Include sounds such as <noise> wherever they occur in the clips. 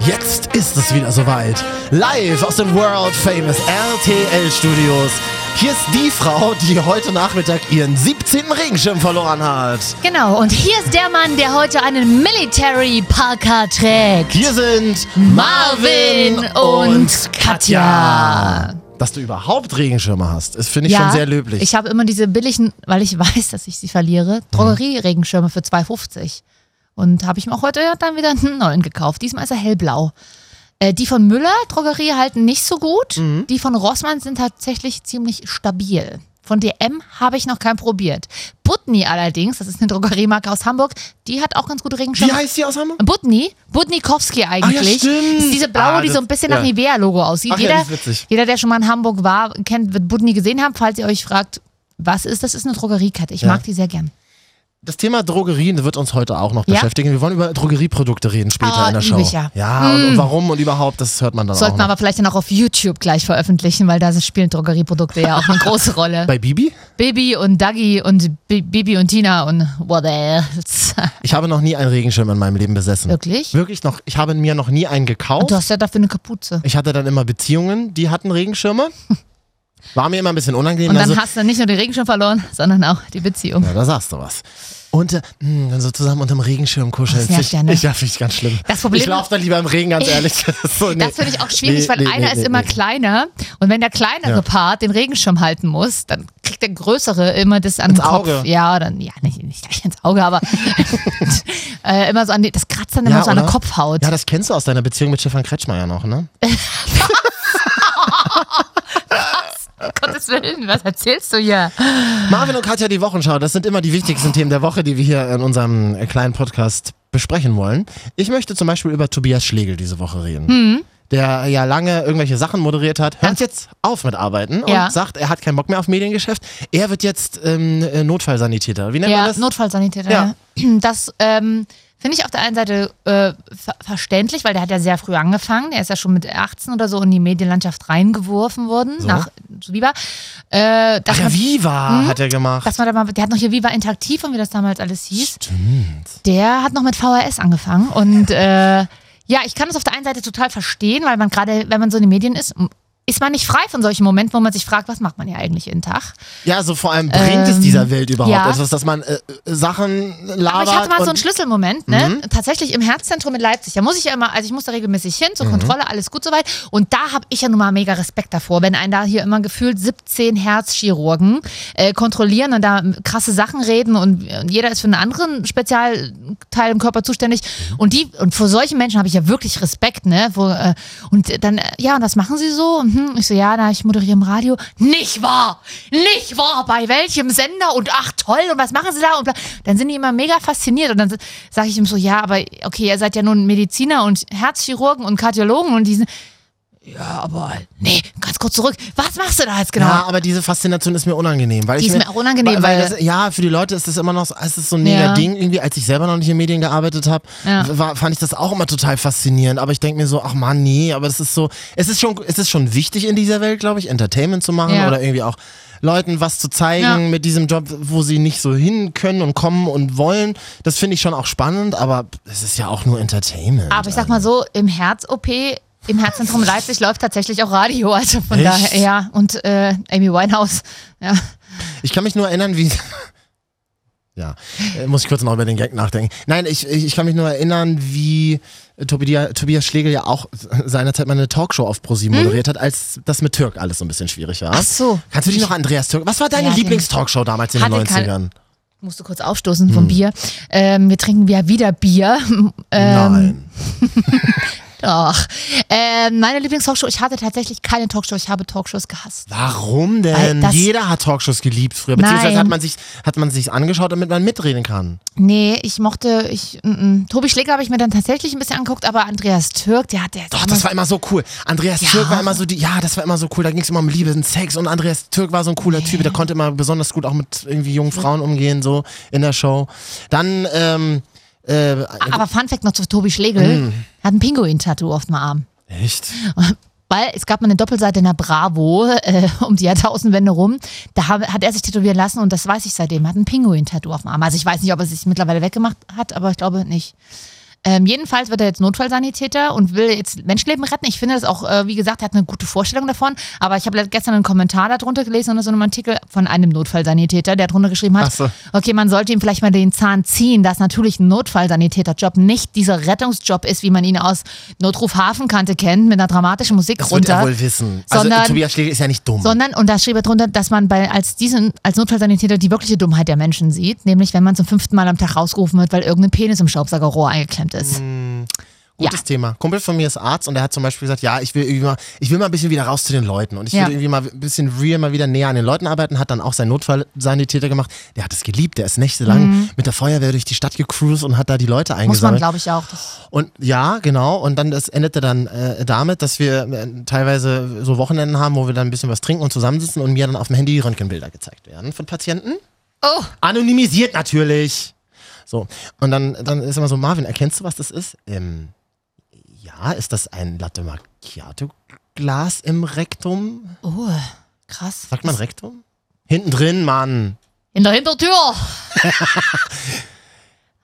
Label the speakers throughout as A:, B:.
A: Jetzt ist es wieder soweit. Live aus den World Famous RTL Studios. Hier ist die Frau, die heute Nachmittag ihren 17. Regenschirm verloren hat.
B: Genau, und hier ist der Mann, der heute einen Military Parker trägt.
A: Hier sind
B: Marvin und Katja.
A: Dass du überhaupt Regenschirme hast, ist finde ich
B: Ja,
A: schon sehr löblich. Mhm.
B: Ich habe immer diese billigen, weil ich <laughs> weiß, dass ich sie verliere, Drogerie-Regenschirme für 2,50. Und habe ich mir auch heute ja dann wieder einen neuen gekauft. Diesmal ist er hellblau. Äh, die von Müller, Drogerie, halten nicht so gut.
A: Mhm.
B: Die von Rossmann sind tatsächlich ziemlich stabil. Von DM habe ich noch keinen probiert. Butni allerdings, das ist eine Drogeriemarke aus Hamburg, die hat auch ganz gute Regenschirme.
A: Wie heißt die aus Hamburg?
B: Butni, Butnikowski eigentlich.
A: Ah stimmt.
B: Ist diese blaue,
A: Ah,
B: die
A: das-
B: so ein bisschen
A: ja.
B: nach Nivea-Logo aussieht.
A: Ach ja,
B: jeder,
A: das ist witzig.
B: jeder, der schon mal in Hamburg war, kennt, wird Butni gesehen haben. Falls ihr euch fragt, was ist, das ist eine Drogeriekette. Ich
A: Ja.
B: mag die sehr gern.
A: Das Thema Drogerien wird uns heute auch noch
B: Ja?
A: beschäftigen. Wir wollen über Drogerieprodukte reden später
B: Ah,
A: in der
B: lieb
A: Show.
B: ich ja.
A: und, und warum und überhaupt, das hört man dann
B: Sollten
A: auch
B: wir
A: noch.
B: aber vielleicht dann auch auf YouTube gleich veröffentlichen, weil da spielen Drogerieprodukte ja auch
A: <laughs>
B: eine große Rolle.
A: Bei Bibi?
B: Bibi und Dagi und Bi- Bibi und Tina und what else. <laughs>
A: Ich habe noch nie einen Regenschirm in meinem Leben besessen.
B: Wirklich?
A: Wirklich noch. Ich habe mir noch nie einen gekauft.
B: Du hast ja dafür eine Kapuze.
A: Ich hatte dann immer Beziehungen, die hatten
B: <laughs>
A: Regenschirme. War mir immer ein bisschen unangenehm.
B: Und dann
A: also,
B: hast du nicht nur den Regenschirm verloren, sondern auch die Beziehung.
A: ja, da sagst du was. Und äh, mh, dann so zusammen unter dem Regenschirm kuscheln.
B: Das nervt
A: ich
B: ja, ne?
A: ich ja, finde ich ganz schlimm.
B: Das Problem-
A: ich laufe dann lieber im Regen,
B: <laughs>
A: ganz ehrlich. Das, ist so, nee.
B: Das finde ich auch schwierig,
A: Nee,
B: weil
A: nee,
B: einer
A: nee,
B: ist
A: nee,
B: immer
A: nee.
B: kleiner und wenn der kleinere
A: Ja.
B: Part den Regenschirm halten muss, dann kriegt der größere immer das an
A: Ins
B: den Kopf.
A: Auge.
B: Ja, dann ja nicht, nicht gleich ins
A: <laughs>
B: Auge, aber <laughs> äh, immer so an die, das kratzt dann immer
A: Ja,
B: so an der
A: oder?
B: Kopfhaut.
A: Ja, das kennst du aus deiner Beziehung mit Stefan Kretschmer ja noch, ne?
B: <laughs> Gottes Willen, was erzählst du hier?
A: Marvin und Katja, die Wochenschau, das sind immer die wichtigsten Themen der Woche, die wir hier in unserem äh, kleinen Podcast besprechen wollen. Ich möchte zum Beispiel über Tobias Schlegel diese Woche reden.
B: Hm.
A: Der ja lange irgendwelche Sachen moderiert hat, hört jetzt auf mit Arbeiten und
B: Ja.
A: sagt, er hat keinen Bock mehr auf Mediengeschäft. Er wird jetzt ähm, äh, Notfallsanitäter. Wie nennt man
B: Ja,
A: das?
B: Notfallsanitäter.
A: Ja.
B: ja. <clears throat> Das ähm, finde ich auf der einen Seite äh, ver verständlich, weil der hat ja sehr früh angefangen. Der ist ja schon mit 18 oder so in die Medienlandschaft reingeworfen worden, nach Viva. Äh, dass
A: Ach ja,
B: man-
A: Viva
B: Hm?
A: hat er gemacht.
B: dass man da mal, der hat noch hier Viva Interaktiv und wie das damals alles hieß. Stimmt. Der hat noch mit VHS angefangen und äh, ja, ich kann das auf der einen Seite total verstehen, weil man gerade, wenn man so in den Medien ist, m- ist man nicht frei von solchen Momenten, wo man sich fragt, was macht man hier eigentlich jeden Tag?
A: ja, so vor allem bringt es dieser Welt überhaupt
B: Ähm, ja.
A: etwas, dass man äh, äh, Sachen labert.
B: Aber ich hatte mal so
A: und
B: einen Schlüsselmoment, ne? Tatsächlich im Herzzentrum in Leipzig. Da muss ich ja immer, also ich muss da regelmäßig hin, zur Kontrolle, alles gut soweit. Und da habe ich ja nun mal mega Respekt davor, wenn einen da hier immer gefühlt 17 Herzchirurgen äh, kontrollieren und da krasse Sachen reden und, und jeder ist für einen anderen Spezialteil im Körper zuständig. Und die, und vor solchen Menschen habe ich ja wirklich Respekt, ne? Wo, äh, und dann, äh, ja, und das machen sie so. Und, hm, ich so, ja, na, ich moderiere im Radio. Nicht wahr! Nicht wahr! Bei welchem Sender? Und ach toll, und was machen sie da? Und bla. dann sind die immer mega fasziniert. Und dann sage ich ihm so, ja, aber okay, ihr seid ja nun Mediziner und Herzchirurgen und Kardiologen und diesen. Ja, aber nee, ganz kurz zurück. Was machst du da jetzt genau?
A: Ja, aber diese Faszination ist mir unangenehm. Weil
B: Die
A: ich
B: ist mir auch unangenehm,
A: Weil, weil
B: weil-
A: das, ja, für die Leute ist das immer noch so, es ist so ein mega
B: Ja.
A: Ding. Irgendwie, als ich selber noch nicht in Medien gearbeitet habe,
B: Ja.
A: war fand ich das auch immer total faszinierend. Aber ich denke mir so, ach man, nee, aber das ist so, es ist schon, es ist schon wichtig in dieser Welt, glaube ich, Entertainment zu machen
B: Ja.
A: oder irgendwie auch Leuten was zu zeigen
B: Ja.
A: mit diesem Job, wo sie nicht so hin können und kommen und wollen. Das finde ich schon auch spannend, aber es ist ja auch nur Entertainment.
B: Aber ich sag mal so, im Herz-OP, im
A: <laughs>
B: Herzzentrum Leipzig läuft tatsächlich auch Radio. Also von
A: Echt?
B: daher, ja. Und äh, Amy Winehouse, ja.
A: Ich kann mich nur erinnern, wie. Ja, äh, muss ich kurz noch über den Gag nachdenken. Nein, ich, ich, ich kann mich nur erinnern, wie äh, Tobias, Tobias Schlegel ja auch seinerzeit mal eine Talkshow auf ProSieben moderiert hat, als das mit Türk alles so ein bisschen schwierig war.
B: Hm? Ach so.
A: Kannst du dich noch an Andreas Türk? Was war deine
B: Ja, den-
A: Lieblingstalkshow damals in den
B: Hatte halt,
A: 90ern?
B: keine- Musst du kurz aufstoßen
A: Hm.
B: vom Bier. Ähm, wir trinken ja wieder Bier. <laughs> Ähm,
A: Nein.
B: Doch. Ähm, meine Lieblingstalkshow, ich hatte tatsächlich keine Talkshow, ich habe Talkshows gehasst.
A: Warum
B: Weil
A: denn?
B: das-
A: Jeder hat Talkshows geliebt früher. Beziehungsweise
B: Nein.
A: hat man sich hat man sich angeschaut, damit man mitreden kann.
B: Nee, ich mochte, ich, mm, mm. Tobi Schläger habe ich mir dann tatsächlich ein bisschen angeguckt, aber Andreas Türk, der hat ja jetzt
A: Doch,
B: immer
A: das war immer so cool. Andreas Türk war immer so die, ja, das war immer so cool. Da ging es immer um Liebe und Sex und Andreas Türk war so ein cooler Typ, der konnte immer besonders gut auch mit irgendwie jungen Frauen umgehen, so in der Show. Dann, ähm, äh,
B: Aber Fun Fact noch zu Tobi Schlegel.
A: Hm.
B: Hat ein Pinguin-Tattoo auf dem Arm.
A: echt?
B: Weil es gab mal eine Doppelseite in der Bravo äh, um die Jahrtausendwende rum. Da hab, hat er sich tätowieren lassen und das weiß ich seitdem. Hat ein Pinguin-Tattoo auf dem Arm. Also ich weiß nicht, ob er es sich mittlerweile weggemacht hat, aber ich glaube nicht. Ähm, jedenfalls wird er jetzt Notfallsanitäter und will jetzt Menschenleben retten. Ich finde das auch, äh, wie gesagt, er hat eine gute Vorstellung davon. Aber ich habe gestern einen Kommentar darunter gelesen unter so einem Artikel von einem Notfallsanitäter, der darunter geschrieben
A: Ach
B: hat,
A: so.
B: okay, man sollte ihm vielleicht mal den Zahn ziehen, dass natürlich ein Notfallsanitäterjob nicht dieser Rettungsjob ist, wie man ihn aus Notruf Hafenkante kennt, mit einer dramatischen Musik
A: Das wird
B: runter.
A: er wohl wissen. Also
B: sondern-
A: Tobias Schlegel ist ja nicht dumm.
B: Sondern, und da schrieb er drunter, dass man bei, als, diesen, als Notfallsanitäter die wirkliche Dummheit der Menschen sieht, nämlich wenn man zum fünften Mal am Tag rausgerufen wird, weil irgendein Penis im Staubsaugerrohr eingeklemmt ist.
A: Hm. Gutes
B: Ja.
A: Thema. Kumpel von mir ist Arzt und der hat zum Beispiel gesagt, ja, ich will irgendwie mal, ich will mal ein bisschen wieder raus zu den Leuten und ich
B: Ja.
A: will irgendwie mal ein bisschen real mal wieder näher an den Leuten arbeiten. Hat dann auch seinen Notfallsanitäter gemacht. Der hat es geliebt. Der ist nächtelang mit der Feuerwehr durch die Stadt gecruised und hat da die Leute
B: Muss man,
A: eingesammelt.
B: glaube ich, auch. Das,
A: Und ja, genau. Und dann das endete dann äh, damit, dass wir äh, teilweise so Wochenenden haben, wo wir dann ein bisschen was trinken und zusammensitzen und mir dann auf dem Handy Röntgenbilder gezeigt werden von Patienten.
B: oh,
A: Anonymisiert natürlich. So, und dann, dann ist immer so, Marvin, erkennst du, was das ist? Ähm, ja, ist das ein Latte Macchiato-Glas im Rektum?
B: oh, krass.
A: Sagt man Rektum? Hinten drin, Mann.
B: In der Hintertür.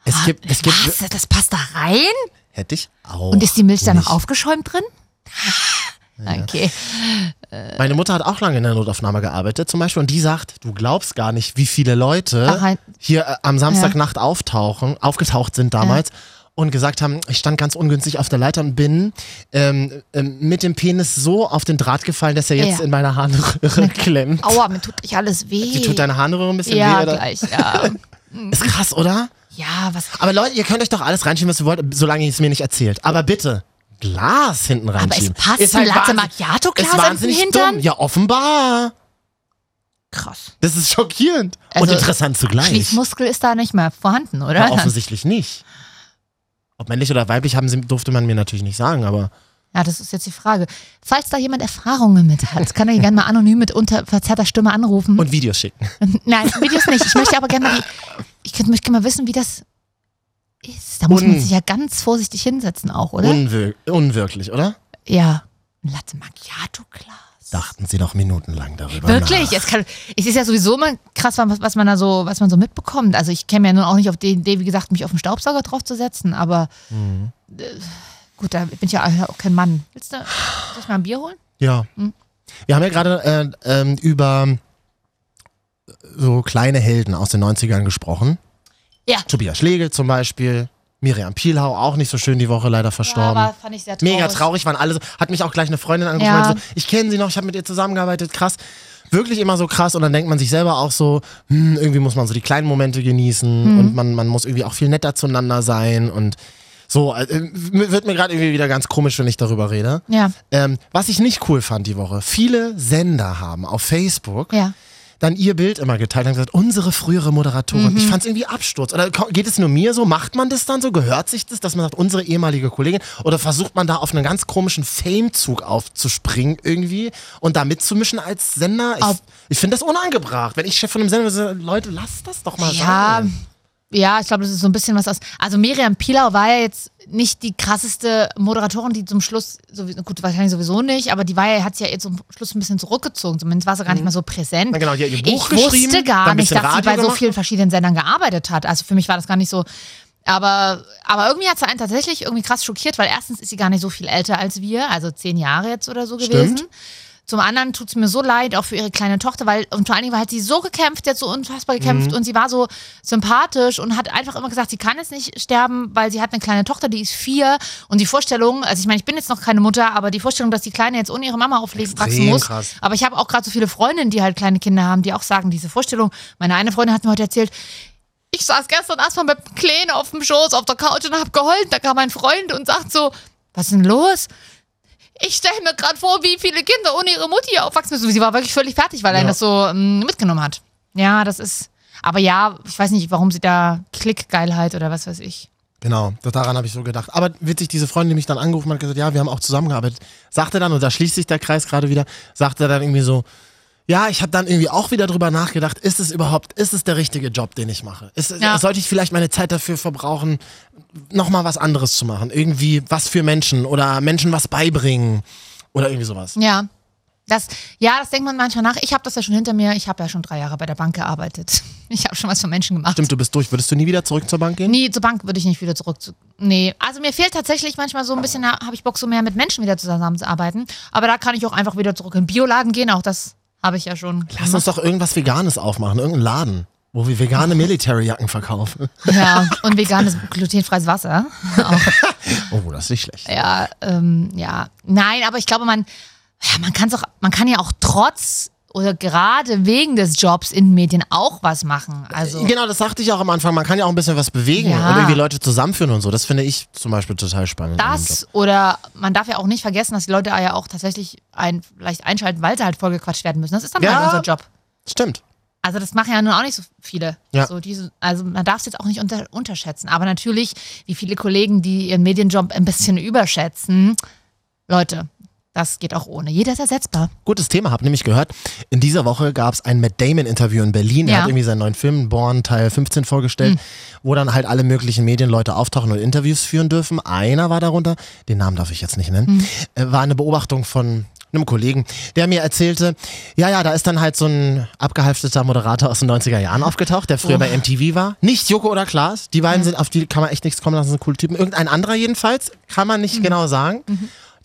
A: Es gibt, es gibt,
B: Ah, Was? Das passt da rein?
A: hätte ich auch.
B: Und ist die Milch dann noch
A: nicht.
B: aufgeschäumt
A: <laughs>
B: drin? Okay.
A: Meine Mutter hat auch lange in der Notaufnahme gearbeitet, zum Beispiel, und die sagt, du glaubst gar nicht, wie viele Leute
B: Ach, ein-
A: hier äh, am Samstagnacht auftauchen, aufgetaucht sind damals. Und gesagt haben, ich stand ganz ungünstig auf der Leiter und bin ähm, ähm, mit dem Penis so auf den Draht gefallen, dass er jetzt
B: Ja.
A: in meiner
B: <laughs>
A: Harnröhre <laughs> klemmt.
B: Aua, mir tut gleich alles weh.
A: Die tut deine Harnröhre ein bisschen weh,
B: ja,
A: oder?
B: gleich,
A: <laughs>
B: ja.
A: Ist krass, oder?
B: ja, was
A: Aber Leute, ihr könnt euch doch alles reinschieben, was ihr wollt, solange ihr es mir nicht erzählt. Aber bitte, Glas hinten reinschieben.
B: passt
A: Ist halt
B: ein Latte
A: wahnsinnig-
B: Macchiato-Glas
A: ist
B: an den
A: wahnsinnig
B: Hintern?
A: dumm. Ja, offenbar.
B: krass.
A: Das ist schockierend.
B: Also,
A: und interessant zugleich.
B: Schließmuskel ist da nicht mehr vorhanden, oder?
A: Ja, offensichtlich nicht. Ob männlich oder weiblich haben sie, durfte man mir natürlich nicht sagen, aber
B: Ja, das ist jetzt die Frage. Falls da jemand Erfahrungen mit hat, kann er hier gerne mal anonym mit unter verzerrter Stimme anrufen.
A: und Videos schicken.
B: Nein, Videos nicht. Ich möchte aber gerne mal, die, ich könnte, möchte gerne mal wissen, wie das ist. Da muss
A: Un-
B: man sich ja ganz vorsichtig hinsetzen auch, oder?
A: Unwir unwirklich, oder?
B: ja. Ein Latte Macchiato-Glas.
A: Dachten sie doch minutenlang darüber.
B: Wirklich?
A: Nach.
B: Es, kann, es ist ja sowieso immer krass, was, was man da so, was man so mitbekommt. Also ich käme ja nun auch nicht auf die Idee, wie gesagt, mich auf den Staubsauger draufzusetzen, aber
A: Mhm.
B: äh, gut, da bin ich ja auch kein Mann. Willst du, soll ich mal ein Bier holen?
A: Ja.
B: Hm.
A: Wir haben ja gerade äh, ähm, über äh, so kleine Helden aus den 90ern gesprochen.
B: Ja.
A: Tobias Schlegel zum Beispiel, Miriam Pielhau, auch nicht so schön die Woche leider verstorben.
B: Ja, aber fand ich sehr traurig.
A: Mega traurig waren alle. so- Hat mich auch gleich eine Freundin angerufen.
B: Ja.
A: meinte So, ich kenne sie noch, ich habe mit ihr zusammengearbeitet, krass. Wirklich immer so krass und dann denkt man sich selber auch so, hm, irgendwie muss man so die kleinen Momente genießen
B: Hm.
A: und man, man muss irgendwie auch viel netter zueinander sein und so. äh, Wird mir gerade irgendwie wieder ganz komisch, wenn ich darüber rede.
B: Ja,
A: Ähm, was ich nicht cool fand die Woche, viele Sender haben auf Facebook
B: ja.
A: dann ihr Bild immer geteilt und haben gesagt, unsere frühere Moderatorin.
B: Mhm.
A: Ich fand es irgendwie Absturz. Oder ko- geht es nur mir so? Macht man das dann so? Gehört sich das, dass man sagt, unsere ehemalige Kollegin? Oder versucht man da auf einen ganz komischen Fame-Zug aufzuspringen irgendwie und da mitzumischen als Sender? Ich,
B: Ob-
A: ich finde das unangebracht. Wenn ich Chef von einem Sender bin, so, Leute, lasst das doch mal
B: Ja,
A: sein.
B: Ja, ich glaube, das ist so ein bisschen was aus. Also Miriam Pilau war ja jetzt nicht die krasseste Moderatorin, die zum Schluss, sowieso, gut, wahrscheinlich sowieso nicht, aber die war ja, hat sich ja jetzt zum Schluss ein bisschen zurückgezogen. Zumindest war sie gar nicht mehr so präsent.
A: Mhm. Na genau, die hat ihr Buch
B: ich
A: geschrieben,
B: wusste
A: dann
B: gar
A: ein
B: nicht,
A: bisschen
B: dass sie
A: Radio
B: bei so
A: gemacht.
B: vielen verschiedenen Sendern gearbeitet hat. Also für mich war das gar nicht so. Aber, aber irgendwie hat sie einen tatsächlich irgendwie krass schockiert, weil erstens ist sie gar nicht so viel älter als wir, also zehn Jahre jetzt oder so gewesen.
A: Stimmt.
B: Zum anderen tut's mir so leid, auch für ihre kleine Tochter, weil und vor allen Dingen hat sie so gekämpft, jetzt so unfassbar gekämpft
A: Mhm.
B: und sie war so sympathisch und hat einfach immer gesagt, sie kann jetzt nicht sterben, weil sie hat eine kleine Tochter, die ist vier und die Vorstellung, also ich meine, ich bin jetzt noch keine Mutter, aber die Vorstellung, dass die Kleine jetzt ohne ihre Mama aufwachsen
A: Extrem
B: muss,
A: krass.
B: aber ich habe auch gerade so viele Freundinnen, die halt kleine Kinder haben, die auch sagen, diese Vorstellung. Meine eine Freundin hat mir heute erzählt, ich saß gestern erstmal mit dem Kleinen auf dem Schoß auf der Couch und habe geheult. Da kam mein Freund und sagt so, was ist denn los? Ich stelle mir gerade vor, wie viele Kinder ohne ihre Mutti aufwachsen müssen. Sie war wirklich völlig fertig, weil er
A: Ja.
B: das so ähm, mitgenommen hat. Ja, das ist. Aber ja, ich weiß nicht, warum sie da Klickgeilheit oder was weiß ich.
A: Genau, das- daran habe ich so gedacht. Aber witzig, diese Freundin, die mich dann angerufen hat, gesagt, ja, wir haben auch zusammengearbeitet, sagte dann, und da schließt sich der Kreis gerade wieder, sagte dann irgendwie so, ja, ich habe dann irgendwie auch wieder drüber nachgedacht, ist es überhaupt, ist es der richtige Job, den ich mache? Ist, es-
B: Ja.
A: Sollte ich vielleicht meine Zeit dafür verbrauchen, nochmal was anderes zu machen? Irgendwie was für Menschen oder Menschen was beibringen oder irgendwie sowas.
B: Ja. Das, ja, das denkt man manchmal nach. Ich habe das ja schon hinter mir. Ich habe ja schon drei Jahre bei der Bank gearbeitet. <laughs> Ich habe schon was für Menschen gemacht.
A: Stimmt, du bist durch. Würdest du nie wieder zurück zur Bank gehen?
B: Nee, zur Bank würde ich nicht wieder zurück. Zu, nee, also mir fehlt tatsächlich manchmal so ein bisschen, da habe ich Bock, so mehr mit Menschen wieder zusammenzuarbeiten. Aber da kann ich auch einfach wieder zurück in den Bioladen gehen. Auch das habe ich ja schon.
A: Lass uns doch irgendwas Veganes aufmachen, irgendeinen Laden, wo wir vegane Military-Jacken verkaufen.
B: Ja, und veganes, glutenfreies Wasser. Auch.
A: Oh, das ist nicht schlecht.
B: Ja, ähm, ja. Nein, aber ich glaube, man, ja, man, kann's auch, man kann ja auch trotz oder gerade wegen des Jobs in den Medien auch was machen. Also,
A: Genau, das sagte ich auch am Anfang. Man kann ja auch ein bisschen was bewegen
B: Ja.
A: und irgendwie Leute zusammenführen und so. Das finde ich zum Beispiel total spannend. an dem Job.
B: Das oder man darf ja auch nicht vergessen, dass die Leute ja auch tatsächlich ein, vielleicht einschalten, weil sie halt vollgequatscht werden müssen. Das ist dann
A: Ja.
B: halt unser Job.
A: Stimmt.
B: Also das machen ja nun auch nicht so viele.
A: Ja.
B: So diese, also man darf es jetzt auch nicht unter, unterschätzen. Aber natürlich, wie viele Kollegen, die ihren Medienjob ein bisschen überschätzen, Leute, das geht auch ohne. Jeder ist ersetzbar.
A: Gutes Thema, hab nämlich gehört. In dieser Woche gab es ein Matt Damon-Interview in Berlin. Er
B: Ja.
A: hat irgendwie seinen neuen Film Born Teil 15 vorgestellt, wo dann halt alle möglichen Medienleute auftauchen und Interviews führen dürfen. Einer war darunter, den Namen darf ich jetzt nicht nennen, äh, war eine Beobachtung von einem Kollegen, der mir erzählte, ja, ja, da ist dann halt so ein abgehalfteter Moderator aus den 90er Jahren aufgetaucht, der früher bei MTV war. Nicht Joko oder Klaas, die beiden sind, auf die kann man echt nichts kommen lassen, sind coole Typen. Irgendein anderer jedenfalls, kann man nicht genau sagen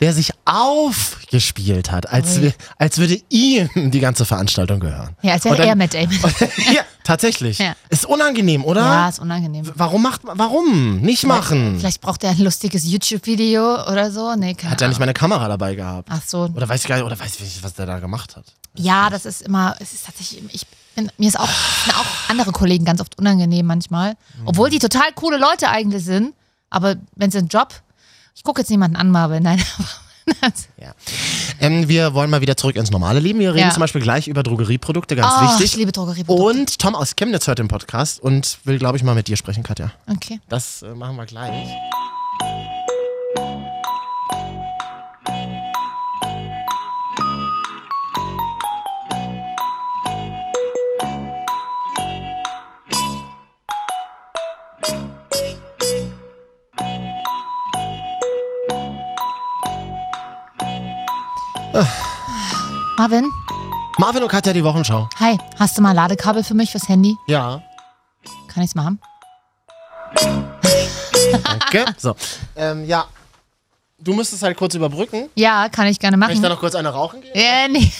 A: der sich aufgespielt hat, als, wir- als würde ihm die ganze Veranstaltung gehören.
B: Ja, als
A: Und
B: wäre
A: dann-
B: er Matt Damon.
A: <laughs> ja, tatsächlich.
B: Ja.
A: Ist unangenehm, oder?
B: Ja, ist unangenehm.
A: Warum macht man- warum? Nicht Ah, machen.
B: Vielleicht braucht er ein lustiges YouTube-Video oder so. Nee, keine
A: Hat er
B: Ahnung.
A: nicht meine Kamera dabei gehabt.
B: Ach so.
A: Oder weiß ich gar nicht, oder weiß ich nicht, was der da gemacht hat.
B: Ja, das ist immer, es ist tatsächlich, ich bin, mir ist auch, sind auch andere Kollegen ganz oft unangenehm manchmal.
A: Mhm.
B: Obwohl die total coole Leute eigentlich sind, aber wenn sie einen Job, ich gucke jetzt niemanden an, Marvel, nein. <laughs>
A: Ja. Ähm, wir wollen mal wieder zurück ins normale Leben. Wir reden
B: Ja.
A: zum Beispiel gleich über Drogerieprodukte, ganz
B: Ah,
A: wichtig.
B: ich liebe Drogerieprodukte.
A: Und Tom aus Chemnitz hört den Podcast und will, glaube ich, mal mit dir sprechen, Katja.
B: Okay.
A: Das äh, machen wir gleich.
B: Marvin,
A: Marvin und Katja, die Wochenschau.
B: hi, hast du mal Ladekabel für mich fürs Handy?
A: Ja.
B: Kann ich's mal haben? <laughs>
A: Danke. So. Ähm, ja. Du müsstest halt kurz überbrücken.
B: Ja, kann ich gerne
A: Kann ich da
B: machen.
A: noch kurz eine rauchen gehen?
B: Äh, nee.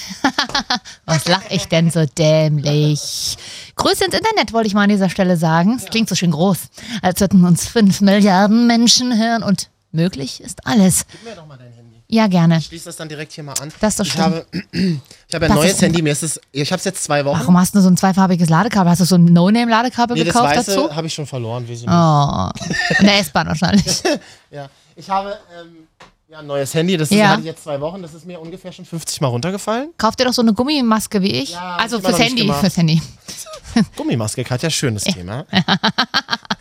B: <laughs> Was lach ich denn so dämlich? Grüße ins Internet wollte ich mal an dieser Stelle sagen. Es klingt so schön groß, als würden uns fünf Milliarden Menschen hören und möglich ist alles.
A: Gib mir doch mal dein Handy.
B: Ja, gerne.
A: Schließ das dann direkt hier mal an.
B: Das ist doch
A: ich
B: schlimm.
A: habe, <clears throat> ich habe ein
B: Das
A: neues
B: ist-
A: Handy. Mir ist es, ich habe es jetzt zwei Wochen.
B: Warum hast du so ein zweifarbiges Ladekabel? Hast du so ein No-Name-Ladekabel
A: Nee, das
B: gekauft
A: weiße <laughs>
B: dazu?
A: habe ich schon verloren. Wie sie
B: Oh, in der S-Bahn wahrscheinlich.
A: ja. Ich habe ähm, ja, ein neues Handy. Das ist,
B: Ja.
A: hatte ich jetzt zwei Wochen. Das ist mir ungefähr schon 50 Mal runtergefallen.
B: Kauf dir doch so eine Gummimaske wie ich.
A: Ja,
B: also
A: hab ich immer
B: fürs
A: noch nicht
B: Handy,
A: gemacht.
B: fürs Handy.
A: Gummimaske, Katja, schönes
B: <laughs>
A: Thema.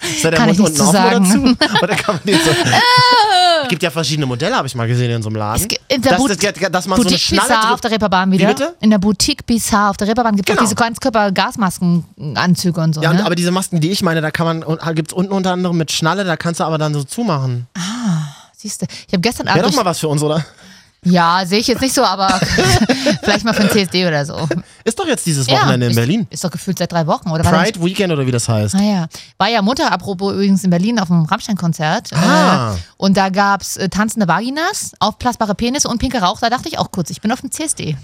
A: Ist da der
B: Kann
A: Mund
B: ich nichts
A: unten
B: zu
A: offen dazu? Oder kann man den so.
B: <laughs>
A: gibt ja verschiedene Modelle, habe ich mal gesehen in so einem Laden.
B: Es gibt- in der
A: dass,
B: Bout-
A: dass, dass man so eine
B: Boutique
A: Schnalle
B: Bizarre
A: drückt.
B: auf der Reeperbahn wieder.
A: bitte?
B: In der Boutique Bizarre auf der Reeperbahn gibt es
A: Genau.
B: diese Ganzkörper-Gasmaskenanzüge und so.
A: Ja,
B: ne?
A: und, aber diese Masken, die ich meine, da kann man, und gibt's unten unter anderem mit Schnalle, da kannst du aber dann so zumachen.
B: Siehst du, ich habe gestern Abend.
A: Wäre doch
B: durch-
A: mal was für uns, oder?
B: ja, sehe ich jetzt nicht so, aber vielleicht mal für ein CSD oder so.
A: Ist doch jetzt dieses
B: ja,
A: Wochenende in
B: ist,
A: Berlin.
B: Ist doch gefühlt seit drei Wochen, oder? War da nicht-
A: Pride Weekend oder wie das heißt.
B: Ah ja. War ja Montag, apropos übrigens in Berlin auf dem Rammstein-Konzert.
A: Ah.
B: Äh, und da gab's äh, tanzende Vaginas, aufblasbare Penisse und pinke Rauch. Da dachte ich auch kurz, ich bin auf dem CSD.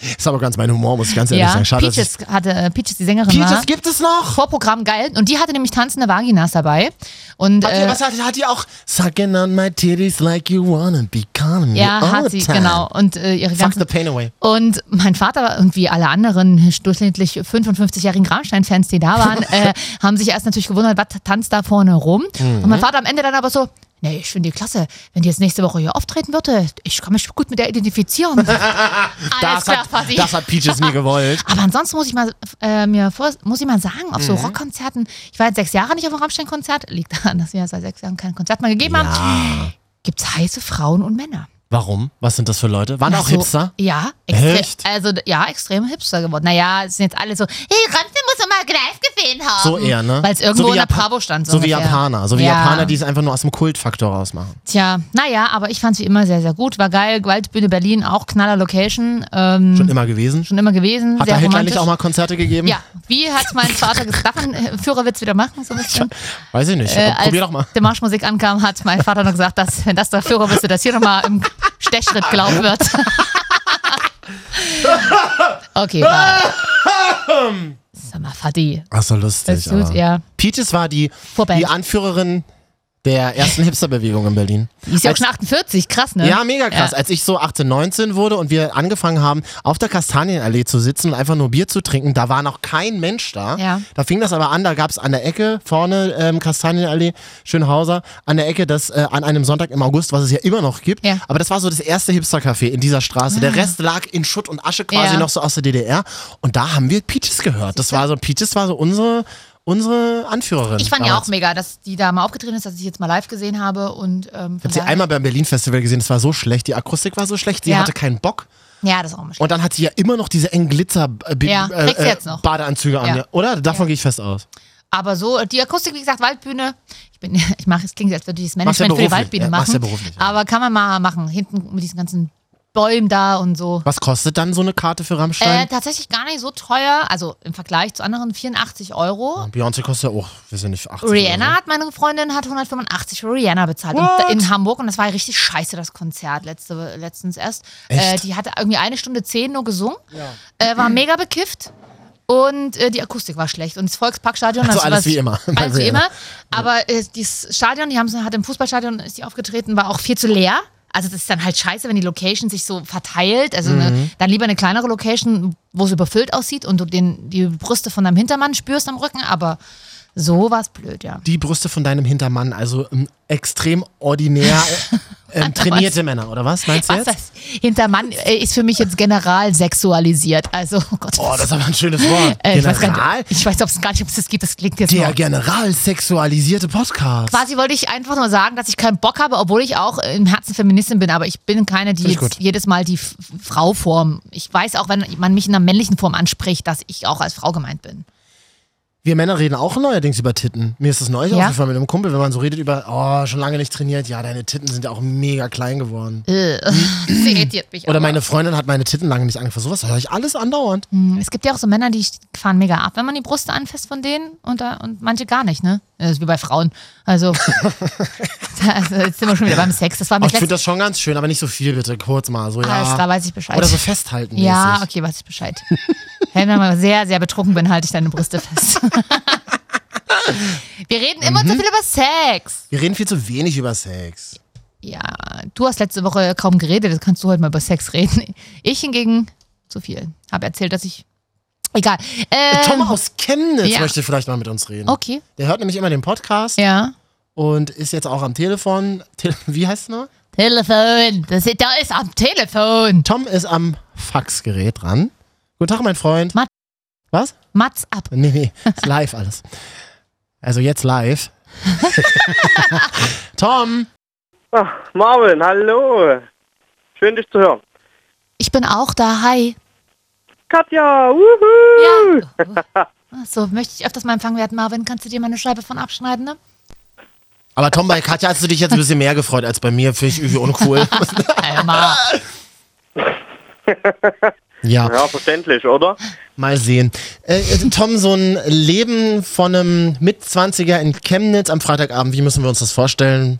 A: Ist aber ganz mein Humor, muss ich ganz ehrlich
B: ja,
A: sagen. Schade, dass ich-
B: Peaches hatte, äh, Peaches, die Sängerin war.
A: Peaches gibt es noch!
B: Vorprogramm geil. Und die hatte nämlich tanzende Vaginas dabei. Und,
A: Hat die,
B: äh,
A: was hat, hat die auch? Sucking on my titties like you wanna be calling
B: ja,
A: me all
B: hat
A: the
B: sie,
A: time.
B: genau. Und äh, ihre
A: Fuck
B: ganzen
A: the pain away.
B: Und mein Vater und wie alle anderen durchschnittlich 55-jährigen Rammstein-Fans, die
A: <laughs>
B: da waren, äh, haben sich erst natürlich gewundert, was tanzt da vorne rum.
A: Mhm.
B: Und mein Vater am Ende dann aber so, nee, ich finde die klasse. Wenn die jetzt nächste Woche hier auftreten würde, ich kann mich gut mit der
A: <laughs>
B: identifizieren. Alles
A: Das
B: klar,
A: hat,
B: Vati.
A: das hat Peaches mir gewollt.
B: Aber ansonsten muss ich mal äh, mir vor, muss ich mal sagen, auf so
A: Mhm.
B: Rockkonzerten, ich war jetzt sechs Jahre nicht auf einem Rammstein-Konzert, liegt daran, dass wir seit sechs Jahren kein Konzert mehr gegeben haben, gibt es heiße Frauen und Männer.
A: Warum? Was sind das für Leute? Waren auch
B: Also,
A: Hipster?
B: Ja,
A: Echt?
B: extre- also d- ja, extrem Hipster geworden. Naja, es sind jetzt alle so, hey, Rammstein muss immer gleich gesehen haben.
A: So eher, ne?
B: Weil es Ähm, irgendwo
A: so wie
B: in der
A: Japa-
B: Bravo stand.
A: So, wie
B: ungefähr.
A: Japaner. So wie
B: Ja.
A: Japaner, die es einfach nur aus dem Kultfaktor rausmachen.
B: Tja, naja, aber ich fand's wie immer sehr, sehr gut. War geil. Waldbühne Berlin, auch knaller Location. Ähm,
A: Schon immer gewesen.
B: schon immer gewesen.
A: Hat
B: sehr
A: da Hitler
B: romantisch.
A: nicht auch mal Konzerte gegeben?
B: ja, wie hat mein Vater
A: <laughs>
B: gesagt, darf man äh, Führerwitz wieder machen? So ein bisschen.
A: Weiß ich nicht.
B: Äh, als
A: Probier doch mal.
B: die Marschmusik ankam, hat mein Vater noch gesagt, dass wenn das der Führer bist, dass hier nochmal im Stechschritt gelaufen wird. <laughs> okay, war. Sag mal, Fadi.
A: Ach so, lustig.
B: Das tut,
A: aber.
B: ja.
A: Peaches war die,
B: Vorband.
A: die Anführerin der ersten Hipsterbewegung in Berlin.
B: Die ist ja auch
A: Als-
B: schon 48, krass, ne?
A: Ja, mega krass. Als ich so 18, 19 wurde und wir angefangen haben, auf der Kastanienallee zu sitzen und einfach nur Bier zu trinken, da war noch kein Mensch da.
B: Ja.
A: Da fing das aber an, da gab's an der Ecke vorne, ähm, Kastanienallee, Schönhauser, an der Ecke, das äh, an einem Sonntag im August, was es ja immer noch gibt.
B: Ja. Ah.
A: Aber das war so das erste Hipster-Café in dieser Straße. Der Rest lag in Schutt und Asche quasi
B: Ja.
A: noch so aus der DDR. Und da haben wir Peaches gehört. Das war so, Peaches war so unsere, unsere Anführerin.
B: Ich fand ja
A: damals.
B: auch mega, dass die da mal aufgetreten ist, dass ich jetzt mal live gesehen habe und ähm,
A: Ich
B: von
A: hab sie
B: daher-
A: einmal beim Berlin-Festival gesehen, es war so schlecht, die Akustik war so schlecht, sie
B: Ja.
A: hatte keinen Bock.
B: Ja, das ist auch mal schlimm.
A: Und dann hat sie ja immer noch diese engen Glitzer äh, Be-
B: Ja,
A: äh,
B: kriegt sie
A: äh,
B: jetzt noch.
A: Badeanzüge an,
B: Ja.
A: ja. oder? Davon gehe ich fest aus.
B: Aber so, äh, die Akustik, wie gesagt, Waldbühne. Ich bin, <laughs> ich mache, es klingt, als würde ich das
A: Machst ja
B: Management für die
A: beruflich.
B: Waldbühne
A: Ja, machst
B: machen.
A: ja beruflich, ja.
B: Aber kann man mal machen. Hinten mit diesen ganzen Bäumen da und so.
A: Was kostet dann so eine Karte für
B: Äh,
A: Rammstein?
B: tatsächlich gar nicht so teuer, also im Vergleich zu anderen 84 Euro.
A: Beyoncé kostet ja auch, wir sind nicht 80.
B: Äh, Rihanna
A: Oder
B: hat meine Freundin hat 185 für Rihanna bezahlt in,
A: What?
B: in Hamburg und das war richtig scheiße das Konzert letzte, letztens erst.
A: Echt? Mhm.
B: Äh, die hatte irgendwie eine Stunde zehn nur gesungen, äh, war mega bekifft und äh, die Akustik war schlecht und das Volksparkstadion
A: so.
B: das
A: So Also alles
B: war-
A: wie immer. bei
B: alles wie
A: Rihanna.
B: immer. Aber äh, dieses Stadion, die haben sie- hat im Fußballstadion ist die aufgetreten, war auch viel zu leer. Also das ist dann halt scheiße, wenn die Location sich so verteilt. Also
A: Mhm.
B: eine, dann lieber eine kleinere Location, wo es überfüllt aussieht und du den, die Brüste von deinem Hintermann spürst am Rücken. Aber so war es blöd, ja.
A: Die Brüste von deinem Hintermann, also ähm, extrem
B: <laughs>
A: ordinär äh, ähm, trainierte Männer, oder was meinst du
B: Was
A: jetzt?
B: das? Hintermann äh, ist für mich jetzt general sexualisiert. Also, oh Gott.
A: Oh, das ist aber ein schönes Wort.
B: äh, ich weiß gar
A: General?
B: nicht, ich weiß ob's gar nicht, ob es das gibt. Das klingt jetzt
A: Der
B: nur.
A: general sexualisierte Podcast.
B: Quasi wollte ich einfach nur sagen, dass ich keinen Bock habe, obwohl ich auch im Herzen Feministin bin, aber ich bin keine, die
A: Finde ich
B: jetzt
A: gut.
B: jedes Mal die F- Frau-Form. Ich weiß auch, wenn man mich in einer männlichen Form anspricht, dass ich auch als Frau gemeint bin.
A: Wir Männer reden auch neuerdings über Titten. Mir ist das neulich
B: Ja?
A: aufgefallen mit einem Kumpel, wenn man so redet über, oh, schon lange nicht trainiert, ja, deine Titten sind ja auch mega klein geworden.
B: Äh, das irritiert mich.
A: Oder
B: aber.
A: meine Freundin hat meine Titten lange nicht angefasst. Sowas höre ich alles andauernd.
B: Hm, Es gibt ja auch so Männer, die fahren mega ab, wenn man die Brust anfasst von denen und, da, und manche gar nicht, ne? Das ist wie bei Frauen. Also, <laughs> also jetzt sind wir schon wieder beim Sex. Das war
A: Aber
B: mich
A: ich finde
B: letztes
A: das schon ganz schön, aber nicht so viel bitte. Kurz mal so,
B: Alles klar,
A: ja.
B: weiß ich Bescheid.
A: Oder so festhalten.
B: ja,
A: mäßig.
B: okay, weiß ich Bescheid. <laughs> Wenn ich mal sehr, sehr betrunken bin, halte ich deine Brüste fest. <laughs> Wir reden immer
A: Mhm.
B: zu viel über Sex.
A: Wir reden viel zu wenig über Sex.
B: Ja, du hast letzte Woche kaum geredet, jetzt kannst du heute mal über Sex reden. Ich hingegen zu viel. Habe erzählt, dass ich. Egal.
A: Äh, Tom
B: Ähm,
A: aus Chemnitz
B: ja.
A: möchte vielleicht mal mit uns reden.
B: okay.
A: Der hört nämlich immer den Podcast
B: Ja.
A: und ist jetzt auch am Telefon. Tele <laughs> Wie heißt er?
B: Telefon. Das ist, da ist am Telefon.
A: Tom ist am Faxgerät dran. Guten Tag, mein Freund. <laughs>
B: Matt.
A: Was?
B: Mats ab.
A: Nee, nee, ist live alles. Also jetzt
B: <laughs>
A: live. Tom,
C: Ah, Marvin, hallo. Schön, dich zu hören.
B: Ich bin auch da. Hi.
C: Katja, wuhu.
A: <laughs>
B: Ja. So, möchte ich öfters mal empfangen werden, Marvin. Kannst du dir mal eine Scheibe von abschneiden, ne?
A: Aber Tom, bei Katja hast du dich jetzt ein bisschen mehr gefreut als bei mir. Finde ich irgendwie
B: <laughs>
A: uncool.
B: Einmal.
A: ja,
C: Ja, verständlich, oder?
A: mal sehen. Äh, äh, Tom, so ein Leben von einem Mitzwanziger in Chemnitz am Freitagabend, wie müssen wir uns das vorstellen?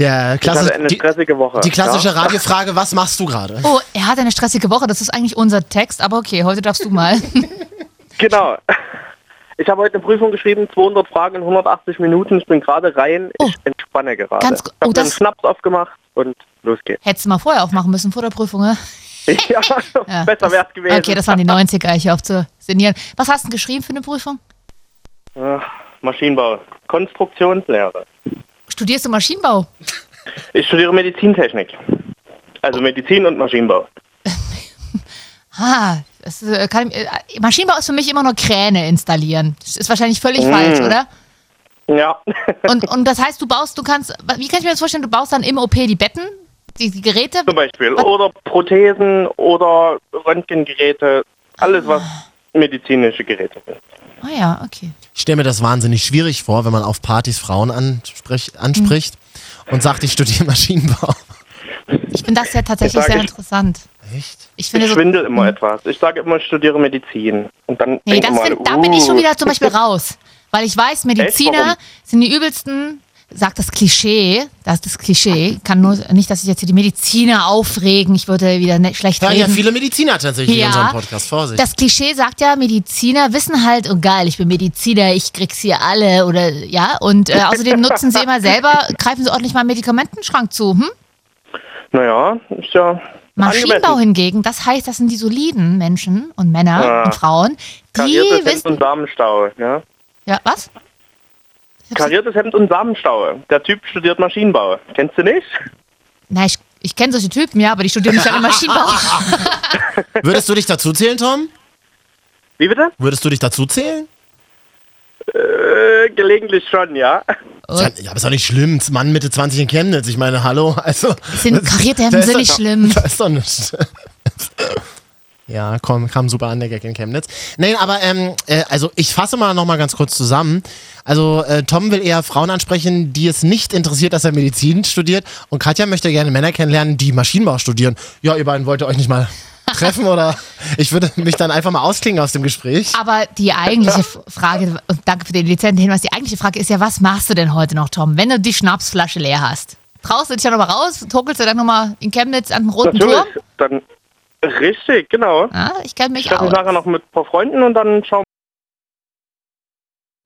A: Der
C: Ich
A: Klasse,
C: hatte eine
A: die,
C: stressige Woche.
A: die klassische
C: ja?
A: Radiofrage, was machst du gerade?
B: Oh, er hat eine stressige Woche. Das ist eigentlich unser Text, aber okay, heute darfst du
C: <laughs>
B: mal.
C: Genau. Ich habe heute eine Prüfung geschrieben, 200 Fragen in 180 Minuten. Ich bin gerade rein. Ich entspanne gerade.
B: Oh. Ganz gu-
C: ich
B: oh,
C: habe mir einen
B: das-
C: Schnaps aufgemacht und los geht's. <laughs>
B: Hättest du mal vorher aufmachen müssen, vor der Prüfung, ne?
C: ja,
B: Ja,
C: besser
B: das-
C: wär's gewesen.
B: Okay, das waren die 90er, ich auf zu sinnieren. Was hast du denn geschrieben für eine Prüfung?
C: Ach, Maschinenbau, Konstruktionslehre.
B: Studierst du Maschinenbau?
C: Ich studiere Medizintechnik. Also Medizin und Maschinenbau.
B: Ah, das ist, äh, kann, äh, Maschinenbau ist für mich immer nur Kräne installieren. Das ist wahrscheinlich
C: Mm.
B: völlig falsch,
C: <laughs>
B: oder?
C: Ja.
B: Und, und das heißt, du baust, du kannst, wie kann ich mir das vorstellen, du baust dann im OP die Betten, die, die Geräte?
C: Zum Beispiel. Oder Prothesen oder Röntgengeräte. Alles, was medizinische Geräte sind.
B: Ah ja, okay.
A: Ich stelle mir das wahnsinnig schwierig vor, wenn man auf Partys Frauen ansprich, anspricht
C: Mhm.
A: und sagt, ich studiere Maschinenbau.
B: Ich finde das ja tatsächlich
C: sag,
B: sehr
C: ich-
B: interessant.
A: Echt?
B: Ich finde
C: Ich
B: so, hm.
C: schwindel immer etwas. Ich sage immer, ich studiere Medizin. Und dann
B: nee, das
C: denken alle,
B: find, da bin ich schon
C: uh,
B: wieder zum
C: <laughs>
B: Beispiel raus. Weil ich weiß, Mediziner
C: Warum?
B: sind die übelsten, sagt das Klischee, das ist das Klischee, kann nur, nicht, dass ich jetzt hier die Mediziner aufregen, ich würde wieder ne, schlecht
A: Da
B: reden.
A: ja viele Mediziner tatsächlich in
B: Ja.
A: unserem Podcast. Vorsicht.
B: Das Klischee sagt ja, Mediziner wissen halt, oh geil, ich bin Mediziner, ich krieg's hier alle oder ja. Und äh, außerdem nutzen sie immer selber, greifen sie ordentlich mal einen Medikamentenschrank zu. Hm?
C: Naja, ist ja.
B: Maschinenbau
C: angemessen.
B: hingegen, das heißt, das sind die soliden Menschen und Männer
C: Ja.
B: und Frauen, die
C: Kariertes Hemd
B: wissen.
C: Ah. und Samenstau. Ja?
B: Ja, was? Ich hab's-
C: Kariertes Hemd und Samenstau. Der Typ studiert Maschinenbau. Kennst du nicht?
B: Na, ich, ich kenne solche Typen, ja, aber die studieren nicht alle Maschinenbau.
A: <laughs> Würdest du dich dazu zählen, Tom?
C: Wie bitte?
A: Würdest du dich dazu zählen?
C: Äh, gelegentlich schon, ja.
A: Ist Ja, ja, aber ist doch nicht schlimm. Mann Mitte 20 in Chemnitz. Ich meine, hallo. <laughs> Also,
B: Sind karierte Hemden
A: da ist
B: sind
A: doch-
B: nicht schlimm.
A: <laughs> Da ist doch nicht. Ja, komm, kam super an, der Gag in Chemnitz. Nein, aber ähm, äh, also ich fasse mal nochmal ganz kurz zusammen. Also äh, Tom will eher Frauen ansprechen, die es nicht interessiert, dass er Medizin studiert. Und Katja möchte gerne Männer kennenlernen, die Maschinenbau studieren. Ja, ihr beiden wollt ihr euch nicht
B: <laughs>
A: mal treffen oder ich würde mich dann einfach mal ausklingen aus dem Gespräch.
B: Aber die eigentliche F- Frage, und danke für den dezenten Hinweis, die eigentliche Frage ist ja, was machst du denn heute noch, Tom, wenn du die Schnapsflasche leer hast? Traust du dich ja nochmal raus, torkelst du dann nochmal in Chemnitz an den Roten Turm?
C: Natürlich. Dann richtig, genau.
B: Ah, ich kenne mich
C: Ich treffe
B: aus.
C: mich nachher noch mit ein paar Freunden und dann schauen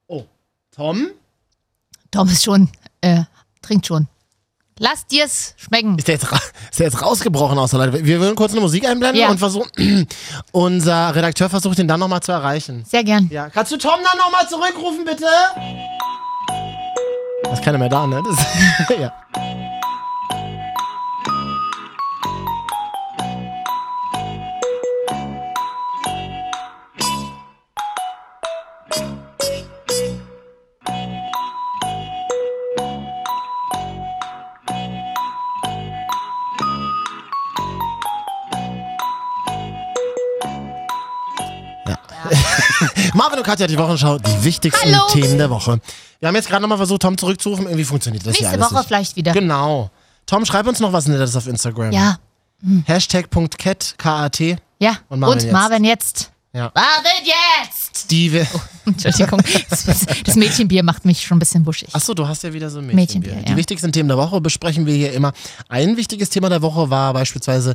A: Oh, Tom?
B: Tom ist schon, äh, trinkt schon. Lass dir's schmecken.
A: Ist der, jetzt ra- ist der jetzt rausgebrochen aus der Leitung? Wir würden kurz eine Musik einblenden
B: Ja.
A: und versuchen. <clears throat> Unser Redakteur versucht ihn dann nochmal zu erreichen.
B: Sehr gern.
A: Ja, kannst du Tom dann nochmal zurückrufen, bitte? Da ist keiner mehr da, ne? Das, <laughs> ja. Marvin und Katja, die Wochenschau, die wichtigsten
B: Hallo.
A: Themen der Woche. Wir haben jetzt gerade nochmal versucht, Tom zurückzurufen. Irgendwie funktioniert das hier
B: Nächste
A: alles
B: Woche
A: nicht.
B: vielleicht wieder.
A: Genau. Tom, schreib uns noch was Nettes auf Instagram.
B: Ja,
A: Hashtag.cat, K-A-T.
B: ja.
A: Und Marvin
B: Und
A: jetzt.
B: Marvin jetzt.
A: Ja.
B: Marvin jetzt! <laughs>
A: Die wir.
B: Entschuldigung, das, das Mädchenbier macht mich schon ein bisschen buschig.
A: Achso, du hast ja wieder so ein
B: Mädchenbier,
A: Mädchenbier.
B: ja.
A: Die wichtigsten Themen der Woche besprechen wir hier immer. Ein wichtiges Thema der Woche war beispielsweise,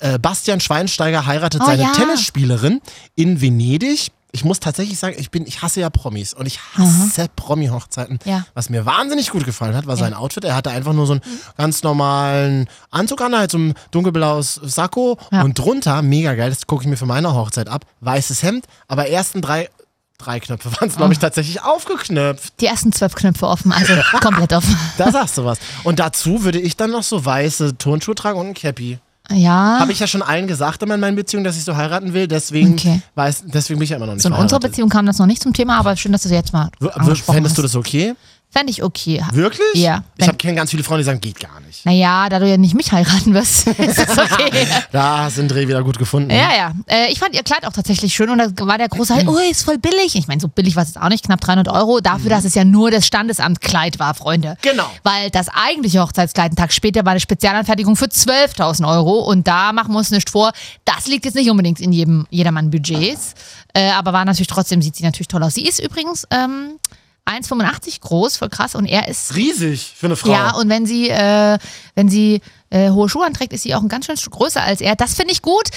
A: äh, Bastian Schweinsteiger heiratet
B: Oh
A: seine
B: ja.
A: Tennisspielerin in Venedig. Ich muss tatsächlich sagen, ich bin, ich hasse ja Promis und ich hasse Promi-Hochzeiten.
B: Ja.
A: Was mir wahnsinnig gut gefallen hat, war sein Outfit. Er hatte einfach nur so einen ganz normalen Anzug an, halt so ein dunkelblaues Sakko
B: Ja.
A: und drunter, mega geil, das gucke ich mir für meine Hochzeit ab, weißes Hemd, aber ersten drei, drei Knöpfe waren
B: Oh.
A: es, glaube ich, tatsächlich aufgeknöpft.
B: Die ersten zwölf Knöpfe offen,
A: <laughs>
B: also komplett offen.
A: Da sagst du was. Und dazu würde ich dann noch so weiße Turnschuhe tragen und ein Cappy.
B: Ja.
A: Habe ich ja schon allen gesagt immer in meinen Beziehungen, dass ich so heiraten will. Deswegen,
B: Okay.
A: weiß, deswegen bin ich ja immer noch nicht
B: So in unserer
A: verheiratet.
B: Beziehung kam das noch nicht zum Thema, aber schön, dass du es jetzt mal
A: W- w-
B: angesprochen
A: Fändest du
B: hast.
A: das okay?
B: Fände ich okay.
A: Wirklich?
B: Ja,
A: Ich
B: wenn-
A: habe kenne ganz viele Freunde, die sagen, geht gar nicht.
B: Naja, da du ja nicht mich heiraten wirst, <laughs> ist das
A: <laughs>
B: okay.
A: Da sind Dreh wieder gut gefunden.
B: ja, ja. Äh, ich fand ihr Kleid auch tatsächlich schön und da war der große Hype, oh, ist voll billig. Ich meine, so billig war es jetzt auch nicht, knapp 300 Euro, dafür, dass es ja nur das Standesamtkleid war, Freunde.
A: Genau.
B: Weil das eigentliche Hochzeitskleid einen Tag später war eine Spezialanfertigung für 12.000 Euro und da machen wir uns nicht vor, das liegt jetzt nicht unbedingt in jedem Jedermann-Budgets, äh, aber war natürlich trotzdem, sieht sie natürlich toll aus. Sie ist übrigens... Ähm, 1,85 groß, voll krass. Und er ist
A: Riesig für eine Frau.
B: ja, und wenn sie, äh, wenn sie äh, hohe Schuhe anträgt, ist sie auch ein ganz schön größer als er. Das finde ich gut.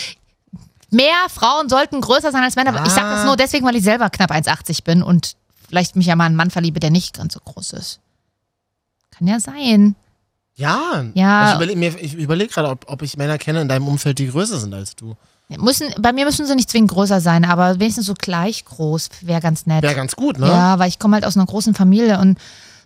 B: Mehr Frauen sollten größer sein als Männer. Ich sage das
A: Ah.
B: nur deswegen, weil ich selber knapp 1,80 bin und vielleicht mich ja mal einen Mann verliebe, der nicht ganz so groß ist. Kann ja sein.
A: ja. Also
B: Ja.
A: Ich überlege mir- ich überleg gerade, ob, ob ich Männer kenne in deinem Umfeld, die größer sind als du.
B: Müssen, bei mir müssen sie nicht zwingend größer sein, aber wenigstens so gleich groß wäre ganz nett.
A: Wäre ganz gut, ne?
B: Ja, weil ich komme halt aus einer großen Familie und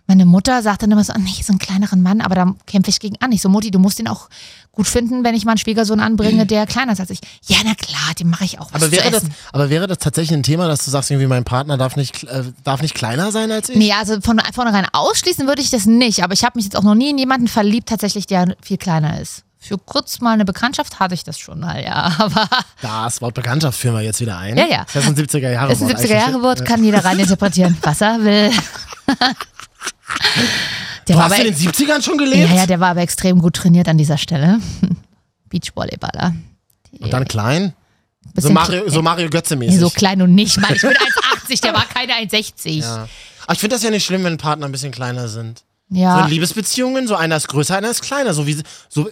B: meine Mutter sagt dann immer so, ah, nee, so einen kleineren Mann, aber da kämpfe ich gegen an. Ich so, Mutti, du musst ihn auch gut finden, wenn ich meinen Schwiegersohn anbringe, der kleiner ist als ich. Ja, na klar, dem mache ich auch was
A: Mhm. Aber
B: zu
A: wäre, das,
B: essen.
A: aber wäre das tatsächlich ein Thema, dass du sagst, irgendwie mein Partner darf nicht, kle- äh, darf nicht kleiner sein als ich?
B: Nee, also von vornherein ausschließen würde ich das nicht, aber ich habe mich jetzt auch noch nie in jemanden verliebt, tatsächlich, der viel kleiner ist. für kurz mal eine Bekanntschaft hatte ich das schon mal, ja. <laughs> Aber
A: Das Wort Bekanntschaft führen wir jetzt wieder ein.
B: Ja, ja.
A: Das ist ein 70er-Jahre-Wort.
B: ist ein 70er-Jahre-Wort, kann jeder
A: <laughs>
B: reininterpretieren, was er will. <laughs>
A: Du
B: Der war
A: hast
B: aber-
A: in den 70ern schon gelebt?
B: ja, ja, der war aber extrem gut trainiert an dieser Stelle. <laughs> Beachvolleyballer.
A: Und dann klein? So
B: Bisschen
A: Mario, so Mario Götze-mäßig.
B: so klein und nicht. Mann,
A: <laughs>
B: ich bin 1,80, der war keine 1,60.
A: Ja. Aber ich finde das ja nicht schlimm, wenn Partner ein bisschen kleiner sind. So
B: Ja.
A: in Liebesbeziehungen, so einer ist größer, einer ist kleiner. So wie, so,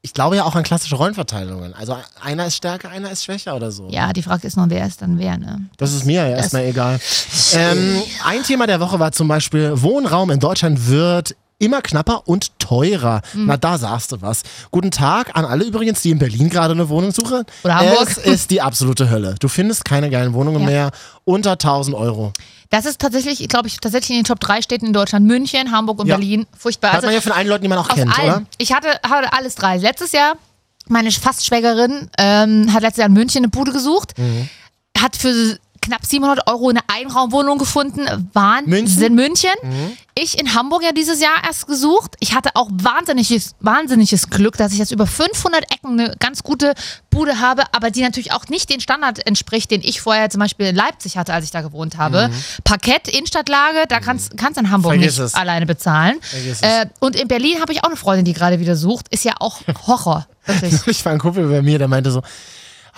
A: ich glaube ja auch an klassische Rollenverteilungen. Also einer ist stärker, einer ist schwächer oder so.
B: ja, die Frage ist nur, wer ist dann wer, ne?
A: Das ist mir ja erstmal egal. Ähm, ein Thema der Woche war zum Beispiel, Wohnraum in Deutschland wird immer knapper und teurer.
B: Mhm.
A: Na, da sagst du was. Guten Tag an alle übrigens, die in Berlin gerade eine Wohnung suchen.
B: Oder Hamburg.
A: Es ist die absolute Hölle. Du findest keine geilen Wohnungen
B: Ja.
A: mehr unter 1000 Euro.
B: Das ist tatsächlich, glaube ich, tatsächlich in den Top 3 Städten in Deutschland. München, Hamburg und
A: Ja.
B: Berlin. Furchtbar.
A: Hat man ja von allen Leuten, die man auch kennt,
B: Also allen.
A: oder?
B: Ich hatte, hatte alles drei. Letztes Jahr, meine Fastschwägerin ähm, hat letztes Jahr in München eine Bude gesucht,
A: Mhm.
B: hat für knapp 700 Euro eine Einraumwohnung gefunden. Wahnsinn.
A: München? Mhm.
B: In München. Ich in Hamburg ja dieses Jahr erst gesucht. Ich hatte auch wahnsinniges, wahnsinniges Glück, dass ich jetzt über 500 Ecken eine ganz gute Bude habe, aber die natürlich auch nicht den Standard entspricht, den ich vorher zum Beispiel in Leipzig hatte, als ich da gewohnt habe. Parkett, Innenstadtlage, da kannst du in Hamburg
A: Mhm. Vergiss
B: nicht
A: es.
B: alleine bezahlen.
A: Vergiss es.
B: Äh, und in Berlin habe ich auch eine Freundin, die gerade wieder sucht. Ist ja auch Horror. Wirklich.
A: Ich war ein Kumpel bei mir, der meinte so,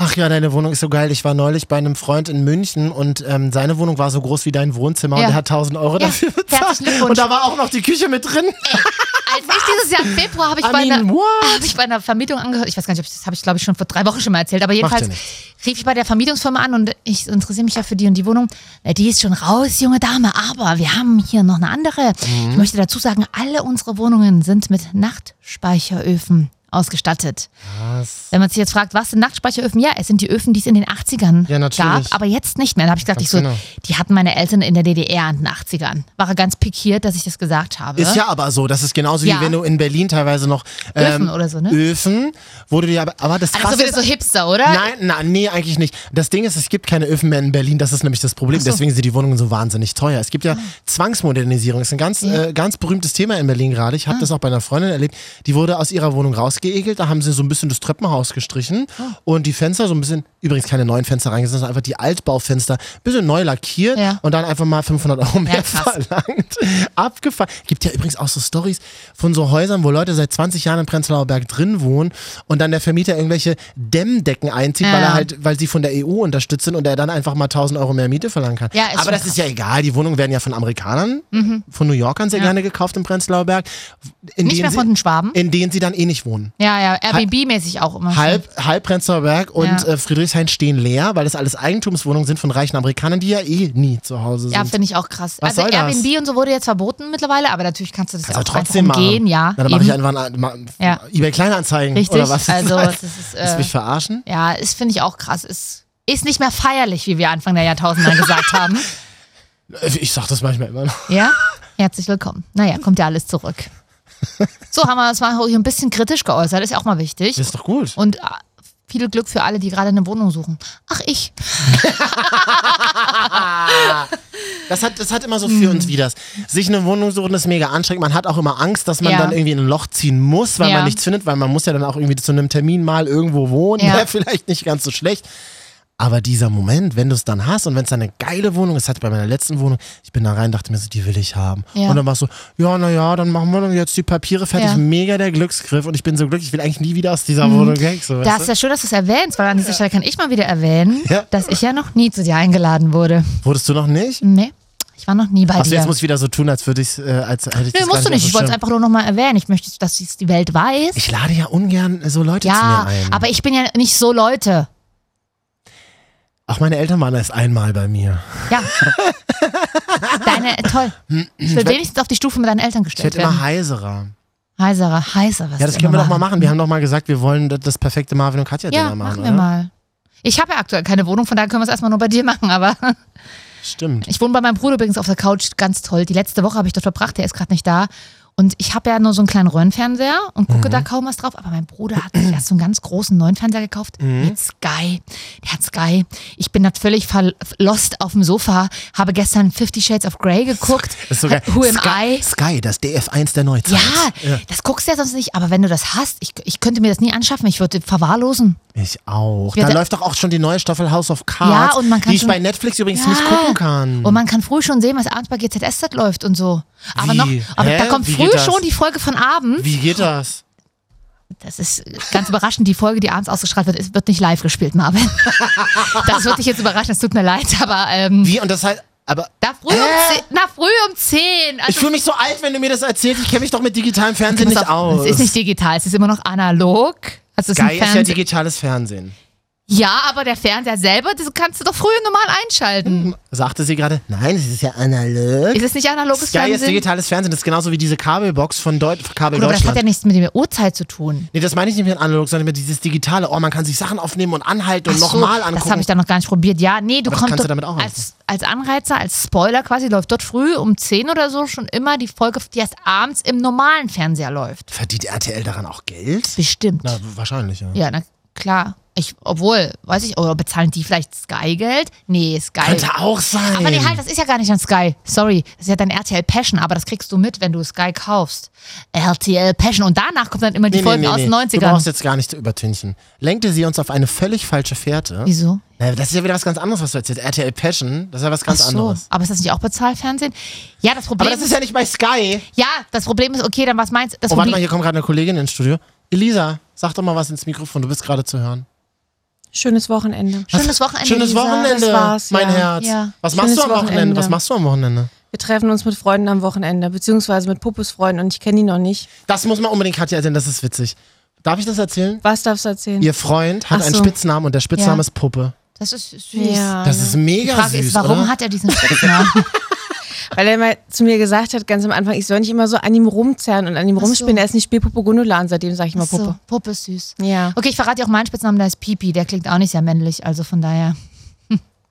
A: ach ja, deine Wohnung ist so geil. Ich war neulich bei einem Freund in München und ähm, seine Wohnung war so groß wie dein Wohnzimmer
B: Ja.
A: und er hat 1000 Euro
B: Ja,
A: dafür bezahlt.
B: herzlichen Glückwohunsch.
A: Und da war auch noch die Küche mit drin.
B: Als ich dieses Jahr im Februar habe ich,
A: I
B: bei einer-
A: mean, what?
B: habe ich bei einer Vermietung angehört. Ich weiß gar nicht, ob ich das habe ich, glaube ich, schon vor drei Wochen schon mal erzählt. Aber
A: Macht ja
B: jedenfalls rief ich bei der Vermietungsfirma an und ich interessiere mich ja für die und die Wohnung. Na, die ist schon raus, junge Dame. Aber wir haben hier noch eine andere.
A: Mhm.
B: Ich möchte dazu sagen, alle unsere Wohnungen sind mit Nachtspeicheröfen ausgestattet.
A: Was?
B: Wenn man sich jetzt fragt, was sind Nachtspeicheröfen? Ja, es sind die Öfen, die es in den 80ern
A: Ja, natürlich.
B: gab, aber jetzt nicht mehr. Da habe ich gedacht,
A: Ganz
B: ich so,
A: genau.
B: die hatten meine Eltern in der DDR in den 80ern. War ganz pikiert, dass ich das gesagt habe.
A: Ist ja aber so, das ist genauso
B: Ne? Ja.
A: wie wenn du in Berlin teilweise noch ähm,
B: Öfen oder so, ne?
A: Öfen, wo du dir aber, aber das
B: also
A: krasse
B: wieder
A: ist,
B: so Hipster, oder?
A: Nein, na, nee, eigentlich nicht. Das Ding ist, es gibt keine Öfen mehr in Berlin, das ist nämlich das Problem. Deswegen sind die Wohnungen so wahnsinnig teuer. Es gibt
B: Ah.
A: ja Zwangsmodernisierung, ist ein ganz, äh, ganz berühmtes Thema in Berlin gerade.
B: Ah.
A: Ich habe das auch bei einer Freundin erlebt. Die wurde aus ihrer Wohnung rausgeekelt, da haben sie so ein bisschen das Treppenhaus gestrichen
B: Ah.
A: und die Fenster so ein bisschen, übrigens keine neuen Fenster reingesetzt, sondern einfach die Altbaufenster, ein bisschen neu lackiert
B: Ja.
A: und dann einfach mal 500 Euro mehr
B: Ja, krass.
A: verlangt. Abgefahren. Gibt ja übrigens auch so Stories von so Häusern, wo Leute seit 20 Jahren im Prenzlauer Berg drin wohnen und dann der Vermieter irgendwelche Dämmdecken einzieht, weil er halt, weil sie von der EU unterstützt sind und er dann einfach mal 1000 Euro mehr Miete verlangen kann.
B: Ja, ist
A: Aber
B: schon
A: das
B: krass. Mhm.
A: ist ja egal. Die Wohnungen werden ja von Amerikanern, von New Yorkern sehr gerne gekauft im Prenzlauer Berg. In
B: Nicht
A: denen
B: mehr
A: sie-
B: von den Schwaben.
A: In denen sie dann eh nicht wohnen.
B: Ja, ja, Airbnb-mäßig auch immer.
A: Halb, halb Prenzlauer Berg und
B: Ja.
A: äh, Friedrichshain stehen leer, weil das alles Eigentumswohnungen sind von reichen Amerikanern, die ja eh nie zu Hause sind.
B: Ja, finde ich auch krass.
A: Was
B: also
A: soll das?
B: Airbnb und so wurde jetzt verboten mittlerweile, aber natürlich kannst du das
A: Also
B: ja auch
A: trotzdem
B: einfach
A: machen.
B: umgehen, ja.
A: Na, dann mache
B: eben.
A: ich einfach eine, ma,
B: Ja.
A: eBay Kleinanzeigen
B: Richtig,
A: oder was? <laughs>
B: also,
A: Willst
B: das ist,
A: du
B: äh,
A: mich verarschen?
B: ja, ist finde ich auch krass. Ist, ist nicht mehr feierlich, wie wir Anfang der Jahrtausende
A: <laughs>
B: gesagt haben.
A: Ich sag das manchmal immer noch.
B: Ja, herzlich willkommen. Naja, kommt ja alles zurück. So haben wir uns mal hier ein bisschen kritisch geäußert, ist ja auch mal wichtig.
A: Ist doch gut.
B: Und äh, viel Glück für alle, die gerade eine Wohnung suchen. Ach, ich.
A: Das hat, das hat immer so für
B: Mhm.
A: uns wie das. Sich eine Wohnung suchen ist mega anstrengend. Man hat auch immer Angst, dass man
B: Ja.
A: dann irgendwie in ein Loch ziehen muss, weil
B: Ja.
A: man nichts findet, weil man muss ja dann auch irgendwie zu einem Termin mal irgendwo wohnen. <laughs>
B: Ja.
A: Wäre vielleicht nicht ganz so schlecht. Aber dieser Moment, wenn du es dann hast und wenn es dann eine geile Wohnung ist, hatte ich bei meiner letzten Wohnung, ich bin da rein, dachte mir so, die will ich haben.
B: Ja.
A: Und dann war es so, ja, naja, dann machen wir dann jetzt die Papiere fertig.
B: Ja. Mhm.
A: Mega der Glücksgriff und ich bin so glücklich, ich will eigentlich nie wieder aus dieser Wohnung weg. So,
B: Da
A: weißt
B: ist ja schön, dass du es erwähnst, weil an dieser Stelle kann ich mal wieder erwähnen,
A: Ja.
B: dass ich ja noch nie zu dir eingeladen wurde.
A: du? Wurdest du noch nicht?
B: Nee, ich war noch nie bei
A: Achso,
B: dir.
A: jetzt muss ich wieder so tun, als würde ich äh, als hätte ich
B: Nö,
A: das
B: musst
A: gar
B: du nicht. Ich
A: auf dem
B: wollte es
A: Schirm.
B: einfach nur nochmal erwähnen. Ich möchte, dass dies die Welt weiß.
A: Ich lade ja ungern so Leute zu mir
B: ja,
A: ein.
B: aber ich bin ja nicht so Leute.
A: Auch meine Eltern waren erst einmal bei mir.
B: Ja. Deine, äh, toll.
A: <laughs>
B: Ich will wenigstens auf die Stufe mit deinen Eltern
A: Ich
B: gestellt
A: werde immer
B: werden.
A: heiserer.
B: Heiserer, heiser, was
A: Ja, das
B: du
A: können wir doch
B: immer
A: mal machen. Wir haben doch mal gesagt, wir wollen das, das perfekte Marvin und Katja
B: Ja,
A: Dinner machen.
B: machen wir
A: oder?
B: mal. Ich habe ja aktuell keine Wohnung, von daher können wir es erstmal nur bei dir machen, aber
A: Stimmt.
B: <laughs> ich wohne bei meinem Bruder übrigens auf der Couch, ganz toll. Die letzte Woche habe ich dort verbracht, der ist gerade nicht da. Und ich habe ja nur so einen kleinen Röhrenfernseher und gucke
A: Mhm.
B: da kaum was drauf. Aber mein Bruder hat sich erst so einen ganz großen neuen Fernseher gekauft
A: Mhm.
B: mit Sky. Der hat Sky. Ich bin da völlig verlost auf dem Sofa, habe gestern Fifty Shades of Grey geguckt.
A: Das ist sogar
B: Who am
A: Sky,
B: I?
A: Sky, das DF1 der Neuzeit.
B: Ja, das guckst du ja sonst nicht. Aber wenn du das hast, ich, ich könnte mir das nie anschaffen. Ich würde verwahrlosen.
A: Ich auch.
B: Ja,
A: da
B: da-
A: läuft doch auch schon die neue Staffel House of Cards,
B: Ja, und man kann
A: die ich
B: schon-
A: bei Netflix übrigens
B: Ja.
A: nicht gucken kann.
B: Und man kann früh schon sehen, was abends bei GZSZ läuft und so. Aber
A: Wie?
B: noch, aber
A: Hä?
B: da kommt
A: Wie
B: früh
A: geht das?
B: schon die Folge von abends.
A: Wie geht das?
B: Das ist ganz überraschend. Die Folge, die abends ausgestrahlt wird, ist- wird nicht live gespielt, Marvin.
A: <laughs>
B: das wird dich jetzt überraschen. Es tut mir leid, aber ähm,
A: Wie? Und das heißt, aber
B: da früh um
A: Hä?
B: zehn, na früh um zehn.
A: ich
B: Also,
A: fühle mich so alt, wenn du mir das erzählst. Ich kenne mich doch mit digitalem Fernsehen
B: pass
A: nicht aus.
B: auf, es ist nicht digital, es ist immer noch analog. Also es ist ein
A: Sky ist ja
B: Fernseh
A: digitales Fernsehen.
B: ja, aber der Fernseher selber, das kannst du doch früh und normal einschalten.
A: Mhm. Sagte sie gerade, nein, es ist ja analog.
B: Ist es nicht analoges
A: Sky ist
B: Fernsehen?
A: digitales Fernsehen. Das ist genauso wie diese Kabelbox von Deu Kabel
B: Gut, aber das
A: Deutschland.
B: hat ja nichts mit der Uhrzeit zu tun.
A: nee, das meine ich nicht mit analog, sondern mit dieses digitale. Oh, man kann sich Sachen aufnehmen und anhalten und
B: Ach so,
A: nochmal angucken.
B: Das habe ich dann noch gar nicht probiert. Ja, nee,
A: Aber das
B: du kommst
A: kannst du
B: doch
A: damit auch
B: als, als Anreizer, als Spoiler quasi, läuft dort früh um 10 oder so schon immer die Folge, die erst abends im normalen Fernseher läuft.
A: Verdient RTL daran auch Geld?
B: Bestimmt.
A: Na, wahrscheinlich, ja.
B: Ja, na klar. Ich, obwohl, weiß ich, oder bezahlen die vielleicht Sky-Geld? Nee, Sky.
A: Könnte auch sein.
B: aber nee, halt, das ist ja gar nicht an Sky. Sorry, das ist ja dein RTL Passion, aber das kriegst du mit, wenn du Sky kaufst. RTL Passion. Und danach kommt dann immer die Folgen aus den
A: Du
B: 90ern.
A: brauchst jetzt gar nicht zu übertünchen. Lenkte sie uns auf eine völlig falsche Fährte.
B: Wieso?
A: Na, das ist ja wieder was ganz anderes, was du erzählst. RTL Passion, das ist ja was
B: Ach
A: ganz
B: so.
A: anderes.
B: Aber ist das nicht auch Bezahlfernsehen? Ja, das Problem
A: Aber das ist ja nicht bei Sky.
B: Ja, das Problem ist, okay, dann was meinst du?
A: Oh, warte mal, hier kommt gerade eine Kollegin ins Studio. Elisa, sag doch mal was ins Mikrofon, du bist gerade zu hören.
D: Schönes Wochenende.
B: Schönes Wochenende.
A: Schönes
B: Lisa.
A: Wochenende,
D: das war's,
A: mein
D: ja.
A: Herz.
B: Ja.
A: Was machst du
D: Schönes
A: am Wochenende?
D: Wochenende.
A: Was machst du am Wochenende?
D: Wir treffen uns mit Freunden am Wochenende, beziehungsweise mit Pupus Freunden und ich kenne die noch nicht.
A: Das muss man unbedingt Katja erzählen, das ist witzig. Darf ich das erzählen?
D: Was darfst du erzählen?
A: Ihr Freund hat
D: Ach
A: einen
D: so.
A: Spitznamen und der Spitzname
B: Ja.
A: ist Puppe.
B: Das ist süß.
D: Ja,
A: Das
D: ja.
A: ist
B: Die
A: mega
B: Frage
A: süß,
B: ist, warum
A: oder?
B: hat er
A: <laughs>
B: diesen Spitznamen?
D: Weil er mal zu mir gesagt hat, ganz am Anfang, ich soll nicht immer so an ihm rumzerren und an ihm
B: Ach so.
D: rumspinnen. Er ist nicht Spielpuppe Gundolan, seitdem sage ich immer Puppe.
B: So, Puppe ist süß.
D: Ja.
B: Okay, ich verrate dir auch meinen Spitznamen, der ist Pipi. Der klingt auch nicht sehr männlich, also von daher.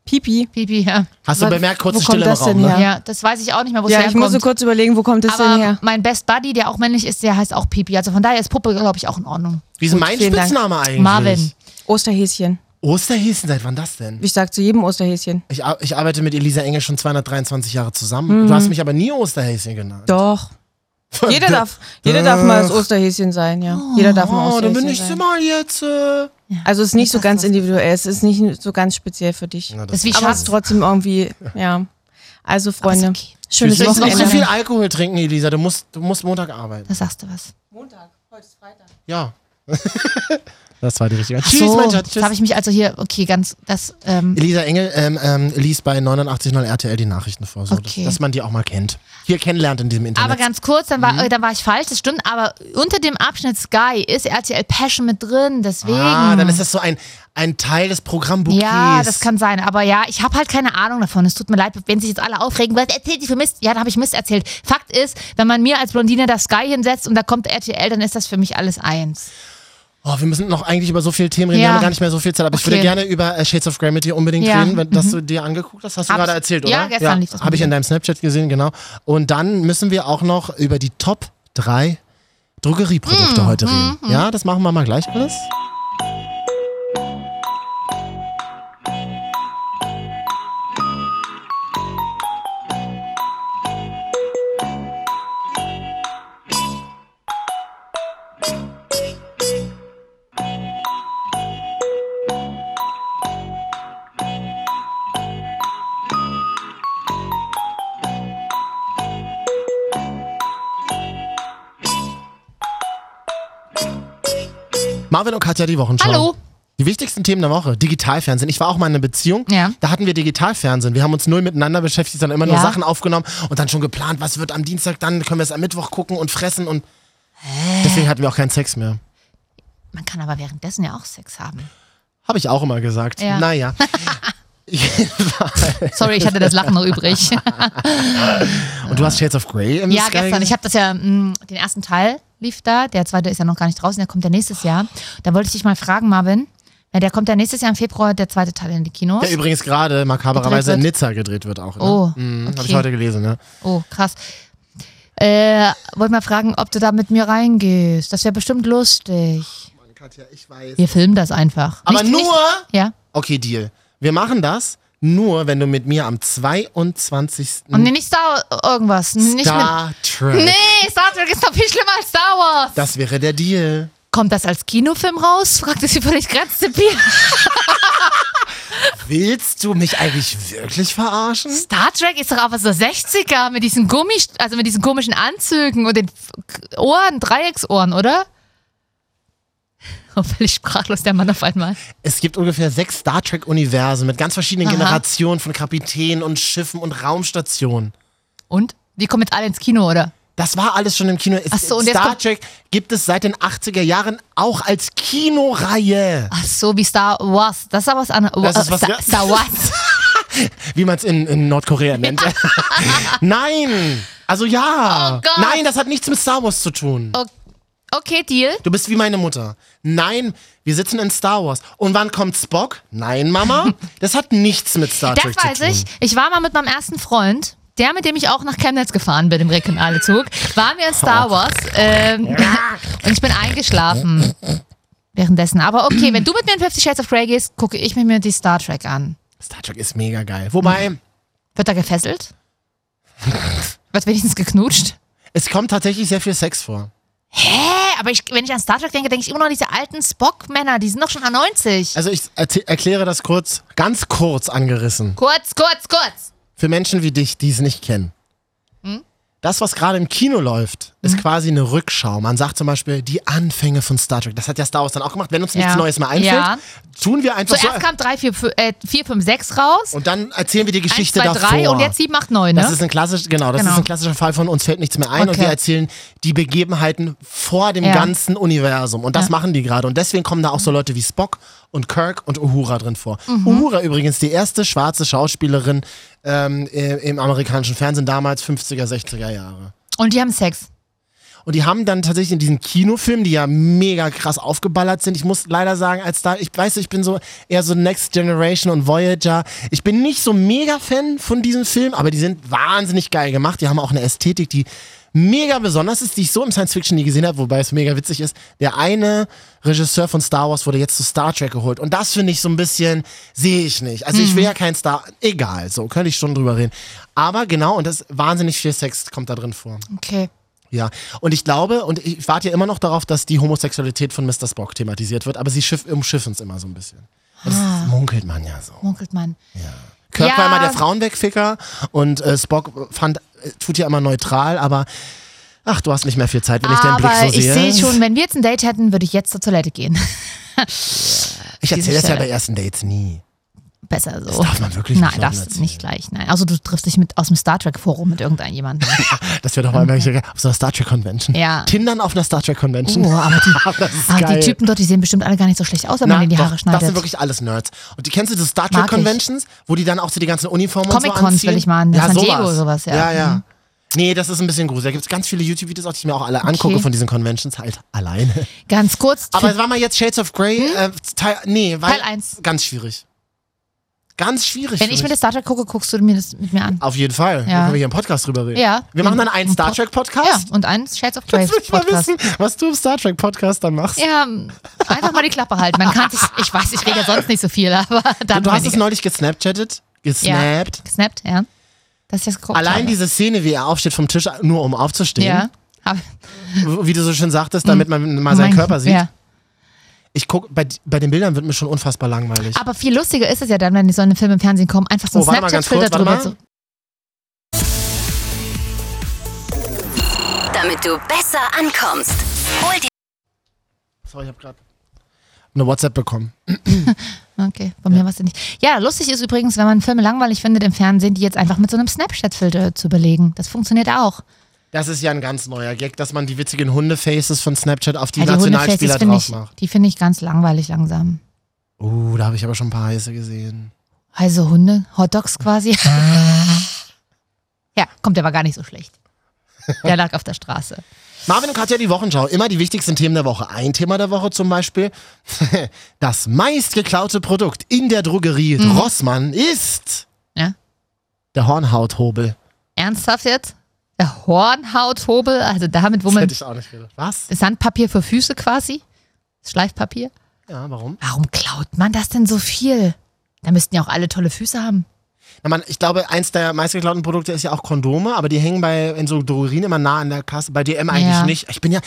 D: Pipi.
B: Pipi, ja.
A: Hast du
D: Wa-
A: bemerkt, kurze
D: wo kommt
A: Stille im
D: das
A: Raum,
D: denn
A: ne?
D: her?
B: Ja,
D: Ja.
B: das weiß ich auch nicht mehr, wo es
D: Ja, ich
B: herkommt.
D: muss so kurz überlegen, wo kommt das denn
B: aber
D: her?
B: mein Best Buddy, der auch männlich ist, der heißt auch Pipi. Also von daher ist Puppe, glaube ich, auch in Ordnung.
A: Wie ist denn
D: Gut,
A: mein
D: vielen Dank.
A: Spitzname eigentlich?
B: Marvin.
D: Osterhäschen.
A: Osterhäschen, seit wann das denn?
D: Ich sag zu jedem Osterhäschen.
A: Ich, ar- ich arbeite mit Elisa Engel schon 223 Jahre zusammen. Du hast mich aber nie Osterhäschen genannt.
D: Mhm. Doch. Jeder darf, jeder darf mal das Osterhäschen sein, ja. Jeder darf mal
A: Oh, dann
D: Osterhäschen
A: bin ich
D: sein.
A: mal jetzt. Äh.
D: Also es ist nicht so
B: Das
D: ganz
B: ist-
D: individuell, es ist nicht so ganz speziell für dich.
A: Na,
B: Das ist wie
D: Aber es ist
B: Schatz.
D: trotzdem irgendwie, ja. Also Freunde,
B: Aber ist okay.
D: schönes
A: Du sollst
D: Wochenende.
A: nicht so viel Alkohol trinken, Elisa. Du musst, du musst Montag arbeiten.
B: Da sagst du was.
D: Montag, heute ist Freitag.
A: Ja. <laughs> das war die richtige.
B: Ach
A: Tschüss,
B: so,
A: mein Schatz.
B: jetzt habe
A: Tschüss.
B: ich mich also hier, okay, ganz, das, ähm,
A: Elisa Engel ähm, ähm, liest bei 89.0 RTL die Nachrichten vor, so,
B: Okay.
A: dass, dass man die auch mal kennt. Hier kennenlernt in diesem Internet.
B: Aber ganz kurz, dann war,
A: Mhm.
B: äh, dann war ich falsch, das stimmt. Aber unter dem Abschnitt Sky ist RTL Passion mit drin, deswegen.
A: ah, dann ist das so ein, ein Teil des Programmbouquets.
B: ja, das kann sein. Aber ja, ich habe halt keine Ahnung davon. Es tut mir leid, wenn sich jetzt alle aufregen, was erzählt die für Mist? Ja, da habe ich Mist erzählt. Fakt ist, wenn man mir als Blondine das Sky hinsetzt und da kommt RTL, dann ist das für mich alles eins.
A: Oh, wir müssen noch eigentlich über so viele Themen reden. Wir
B: Ja.
A: haben gar nicht mehr so viel Zeit. Aber ich
B: Okay.
A: würde gerne über äh, Shades of Grey mit dir unbedingt
B: Ja. Mhm.
A: reden, wenn, dass du dir angeguckt hast. Hast du
B: Hab
A: gerade
B: ich-
A: erzählt, oder?
B: ja, gestern lief das
A: Habe ich
B: mit
A: in deinem Snapchat gesehen, genau. Und dann müssen wir auch noch über die Top 3
B: Mhm.
A: Drogerieprodukte heute reden. Ja, das machen wir mal gleich alles. Marvin und Katja, die Wochenschau.
B: Hallo.
A: Die wichtigsten Themen der Woche. Digitalfernsehen. Ich war auch mal in einer Beziehung.
B: Ja.
A: Da hatten wir Digitalfernsehen. Wir haben uns null miteinander beschäftigt, sondern immer nur
B: Ja.
A: Sachen aufgenommen und dann schon geplant, was wird am Dienstag dann, können wir es am Mittwoch gucken und fressen und deswegen hatten wir auch keinen Sex mehr.
B: Man kann aber währenddessen ja auch Sex haben.
A: Habe ich auch immer gesagt.
B: Ja. <laughs>
A: Naja.
B: Sorry, ich hatte das Lachen
A: <laughs>
B: noch übrig.
A: Und du hast Shades of Grey im
B: ja,
A: Sky
B: gestern.
A: gesehen?
B: Ich habe das ja, mh, den ersten Teil lief da, der zweite ist ja noch gar nicht draußen, der kommt ja nächstes Jahr. Da wollte ich dich mal fragen, Marvin. Ja, der kommt ja nächstes Jahr im Februar, der zweite Teil in die Kinos.
A: der übrigens gerade makabererweise in
B: Gedreht
A: Nizza gedreht wird auch. Ne?
B: Oh,
A: Mhm, Habe ich
B: okay.
A: heute gelesen, ne?
B: Oh, krass. Äh, wollte mal fragen, ob du da mit mir reingehst. Das wäre bestimmt lustig.
A: Katja, ich weiß.
B: Wir filmen das einfach.
A: Aber
B: Nicht-
A: nur,
B: Nicht, ja.
A: okay, Deal. Wir machen das nur, wenn du mit mir am 22.
B: Und nee, nicht Star irgendwas. Nicht mit,
A: Mhm. Star Trek.
B: nee, Star Trek ist doch viel schlimmer als Star Wars.
A: Das wäre der Deal.
B: Kommt das als Kinofilm raus? Fragte sie völlig grenzdebil.
A: Willst du mich eigentlich wirklich verarschen?
B: Star Trek ist doch auch was der 60er mit diesen Gummi, also mit diesen komischen Anzügen und den F- Ohren, Dreiecksohren, oder? <laughs> Oh, völlig sprachlos der Mann auf einmal.
A: Es gibt ungefähr sechs Star Trek-Universen mit ganz verschiedenen
B: Aha.
A: Generationen von Kapitänen und Schiffen und Raumstationen.
B: Und? Die kommen jetzt alle ins Kino, oder?
A: Das war alles schon im Kino. Es-
B: Ach so, und jetzt
A: Star
B: kommt-
A: Trek gibt es seit den 80er Jahren auch als Kinoreihe.
B: Ach so, wie Star Wars. Das ist aber was anderes.
A: Das ist was-
B: Star,
A: <laughs>
B: Star Wars.
A: Wie man es in, in Nordkorea nennt. <laughs> Nein! Also ja!
B: Oh Gott.
A: Nein, das hat nichts mit Star Wars zu tun.
B: Okay, Deal.
A: Du bist wie meine Mutter. Nein, wir sitzen in Star Wars. Und wann kommt Spock? Nein,
B: <laughs>
A: Mama. Das hat nichts mit Star
B: Das
A: Trek zu tun.
B: weiß ich. Ich war mal mit meinem ersten Freund, der, mit dem ich auch nach Chemnitz gefahren bin, im Regionalezug, waren wir in Star Wars ähm, und ich bin eingeschlafen währenddessen. Aber okay, wenn du mit mir in 50 Shades of Grey gehst, gucke ich mit mir die Star Trek an.
A: Star Trek ist mega geil. Wobei,
B: Wird da gefesselt? Wird wenigstens geknutscht?
A: es kommt tatsächlich sehr viel Sex vor.
B: Hä? Aber ich, wenn ich an Star Trek denke, denke ich immer noch an diese alten Spock-Männer, die sind doch schon an 90.
A: Also ich erzäh- erkläre das kurz, ganz kurz angerissen.
B: Kurz, kurz, kurz.
A: Für Menschen wie dich, die es nicht kennen.
B: Hm?
A: Das, was gerade im Kino läuft, ist quasi eine Rückschau. Man sagt zum Beispiel die Anfänge von Star Trek. Das hat ja Star Wars dann auch gemacht. Wenn uns nichts
B: Ja.
A: Neues mehr einfällt,
B: Ja.
A: tun wir einfach
B: Zuerst
A: so.
B: kam 3, 4, 5, äh, 4, 5 6 raus.
A: Und dann erzählen wir die
B: Eins,
A: Geschichte
B: zwei,
A: davor.
B: drei und jetzt 7, 8, 9, ne?
A: Das ist ein klassisch, genau, das
B: Genau.
A: ist ein klassischer Fall von uns fällt nichts mehr ein und
B: Okay.
A: wir erzählen die Begebenheiten vor dem
B: Ja.
A: ganzen Universum und das
B: Ja. Mhm.
A: machen die gerade und deswegen kommen da auch so Leute wie Spock und Kirk und Uhura drin vor. Uhura übrigens die erste schwarze Schauspielerin ähm, i- im amerikanischen Fernsehen damals 50er 60er Jahre.
B: Und die haben Sex.
A: Und die haben dann tatsächlich in diesen Kinofilmen, die ja mega krass aufgeballert sind, ich muss leider sagen, als da, ich weiß, ich bin so eher so Next Generation und Voyager. Ich bin nicht so mega Fan von diesen Filmen, aber die sind wahnsinnig geil gemacht. Die haben auch eine Ästhetik, die mega besonders ist, die ich so im Science Fiction nie gesehen habe, wobei es mega witzig ist. Der eine Regisseur von Star Wars wurde jetzt zu Star Trek geholt und das finde ich so ein bisschen, sehe ich nicht. Also ich will ja kein Star, egal, so könnte ich schon drüber reden. Aber genau, und das wahnsinnig viel Sex kommt da drin vor.
B: Okay.
A: Ja, und ich glaube, und ich warte ja immer noch darauf, dass die Homosexualität von Mr. Spock thematisiert wird, aber sie schiff, umschiffen es immer so ein bisschen. Das munkelt man ja so.
B: Munkelt man.
A: Kirk
B: Ah. Ja.
A: war immer der Frauenwegficker und äh, Spock fand, äh, tut ja immer neutral, aber ach, du hast nicht mehr viel Zeit, wenn ich deinen Blick
B: Aber
A: so
B: ich
A: sehe.
B: sehe schon, wenn wir jetzt ein Date hätten, würde ich jetzt zur Toilette gehen. <laughs>
A: ich erzähle
B: diese
A: das ja
B: Stelle.
A: bei ersten Dates nie.
B: Besser so.
A: darf man wirklich
B: Nein,
A: nicht
B: darfst
A: erzählen.
B: nicht gleich. Nein. Also du triffst dich mit aus dem Star Trek Forum mit irgendjemandem.
A: Das wäre doch mal welche auf so einer Star Trek Convention.
B: Mhm. Ja.
A: Tindern auf einer Star Trek Convention. <laughs>
B: Oh, aber die,
A: das ist
B: aber
A: geil.
B: die Typen dort, die sehen bestimmt alle gar nicht so schlecht aus, wenn man
A: Na,
B: denen die Haare
A: doch,
B: schneidet.
A: Das sind wirklich alles Nerds. Und die kennst du diese Star Trek
B: Mag ich.
A: Conventions, wo die dann auch so die ganzen Uniformen und so
B: Comic-Cons
A: anziehen?
B: will ich mal in
A: ja,
B: San
A: sowas.
B: Diego, sowas, ja.
A: Ja, ja.
B: Mhm.
A: Nee, das ist ein bisschen gruselig. Da gibt es ganz viele YouTube-Videos, auch die ich mir auch alle angucke von diesen Conventions, halt
B: <laughs>
A: alleine.
B: Ganz kurz.
A: Aber es war mal jetzt Shades of Grey, äh, Teil, nee, weil,
B: Hm? Teil eins.
A: ganz schwierig. Ganz schwierig.
B: wenn
A: für
B: ich mir
A: mich.
B: das Star Trek gucke, guckst du mir das mit mir an.
A: Auf jeden Fall.
B: Ja.
A: Da können wir hier im Podcast drüber reden.
B: Ja.
A: Wir machen dann
B: Im-
A: einen
B: im
A: Star
B: Pod-
A: Trek
B: Ja,
A: Podcast.
B: und eins Shades of Grey
A: Jetzt will ich mal
B: Podcast.
A: wissen, was du im Star Trek Podcast dann machst.
B: Ja, einfach mal die Klappe halten. Man kann sich, ich weiß, ich rede ja sonst nicht so viel, aber <laughs> dann
A: du hast es
B: weniger.
A: neulich gesnapchattet,
B: ja,
A: gesnappt.
B: gesnappt, ja. Dass ich das geguckt
A: Allein
B: habe.
A: diese Szene, wie er aufsteht vom Tisch, nur um aufzustehen,
B: Ja. Hab-
A: w- wie du so schön sagtest, damit man mal seinen
B: Mein-
A: Körper sieht.
B: Ja.
A: Ich guck, bei, bei den Bildern wird mir schon unfassbar langweilig.
B: Aber viel lustiger ist es ja dann, wenn so eine Filme im Fernsehen kommen, einfach so ein
A: Oh, warte mal ganz kurz,
B: Snapchat-Filter
A: warte
B: drüber.
A: mal.
B: So.
E: Damit du besser ankommst, hol dir
A: Sorry, ich habe gerade eine WhatsApp bekommen.
B: Okay, bei mir war es ja nicht. Ja, lustig ist übrigens, wenn man Filme langweilig findet im Fernsehen, die jetzt einfach mit so einem Snapchat-Filter zu belegen. Das funktioniert auch.
A: Das ist ja ein ganz neuer Gag, dass man die witzigen Hundefaces von Snapchat auf die
B: Ja,
A: Nationalspieler
B: Hundefaces finde
A: drauf
B: ich,
A: macht.
B: die finde ich ganz langweilig langsam.
A: Oh, da habe ich aber schon ein paar heiße gesehen.
B: Also Hunde, Hotdogs quasi. <laughs> ja, kommt der war gar nicht so schlecht. Der lag auf der Straße.
A: Marvin und Katja, die Wochenschau. Immer die wichtigsten Themen der Woche. Ein Thema der Woche zum Beispiel. <laughs> Das meistgeklaute Produkt in der Drogerie Rossmann ist
B: Mhm. Ja.
A: der Hornhauthobel.
B: Ernsthaft jetzt? Hornhauthobel, also damit, wo
A: Das
B: man
A: hätte ich auch nicht gedacht. Was?
B: Sandpapier für Füße quasi, das Schleifpapier.
A: Ja, warum?
B: Warum klaut man das denn so viel? Da müssten ja auch alle tolle Füße haben.
A: Na, man, ich glaube, eins der meistgeklauten Produkte ist ja auch Kondome, aber die hängen bei in so Drogerien immer nah an der Kasse. Bei DM eigentlich
B: Ja.
A: nicht. Ich bin ja.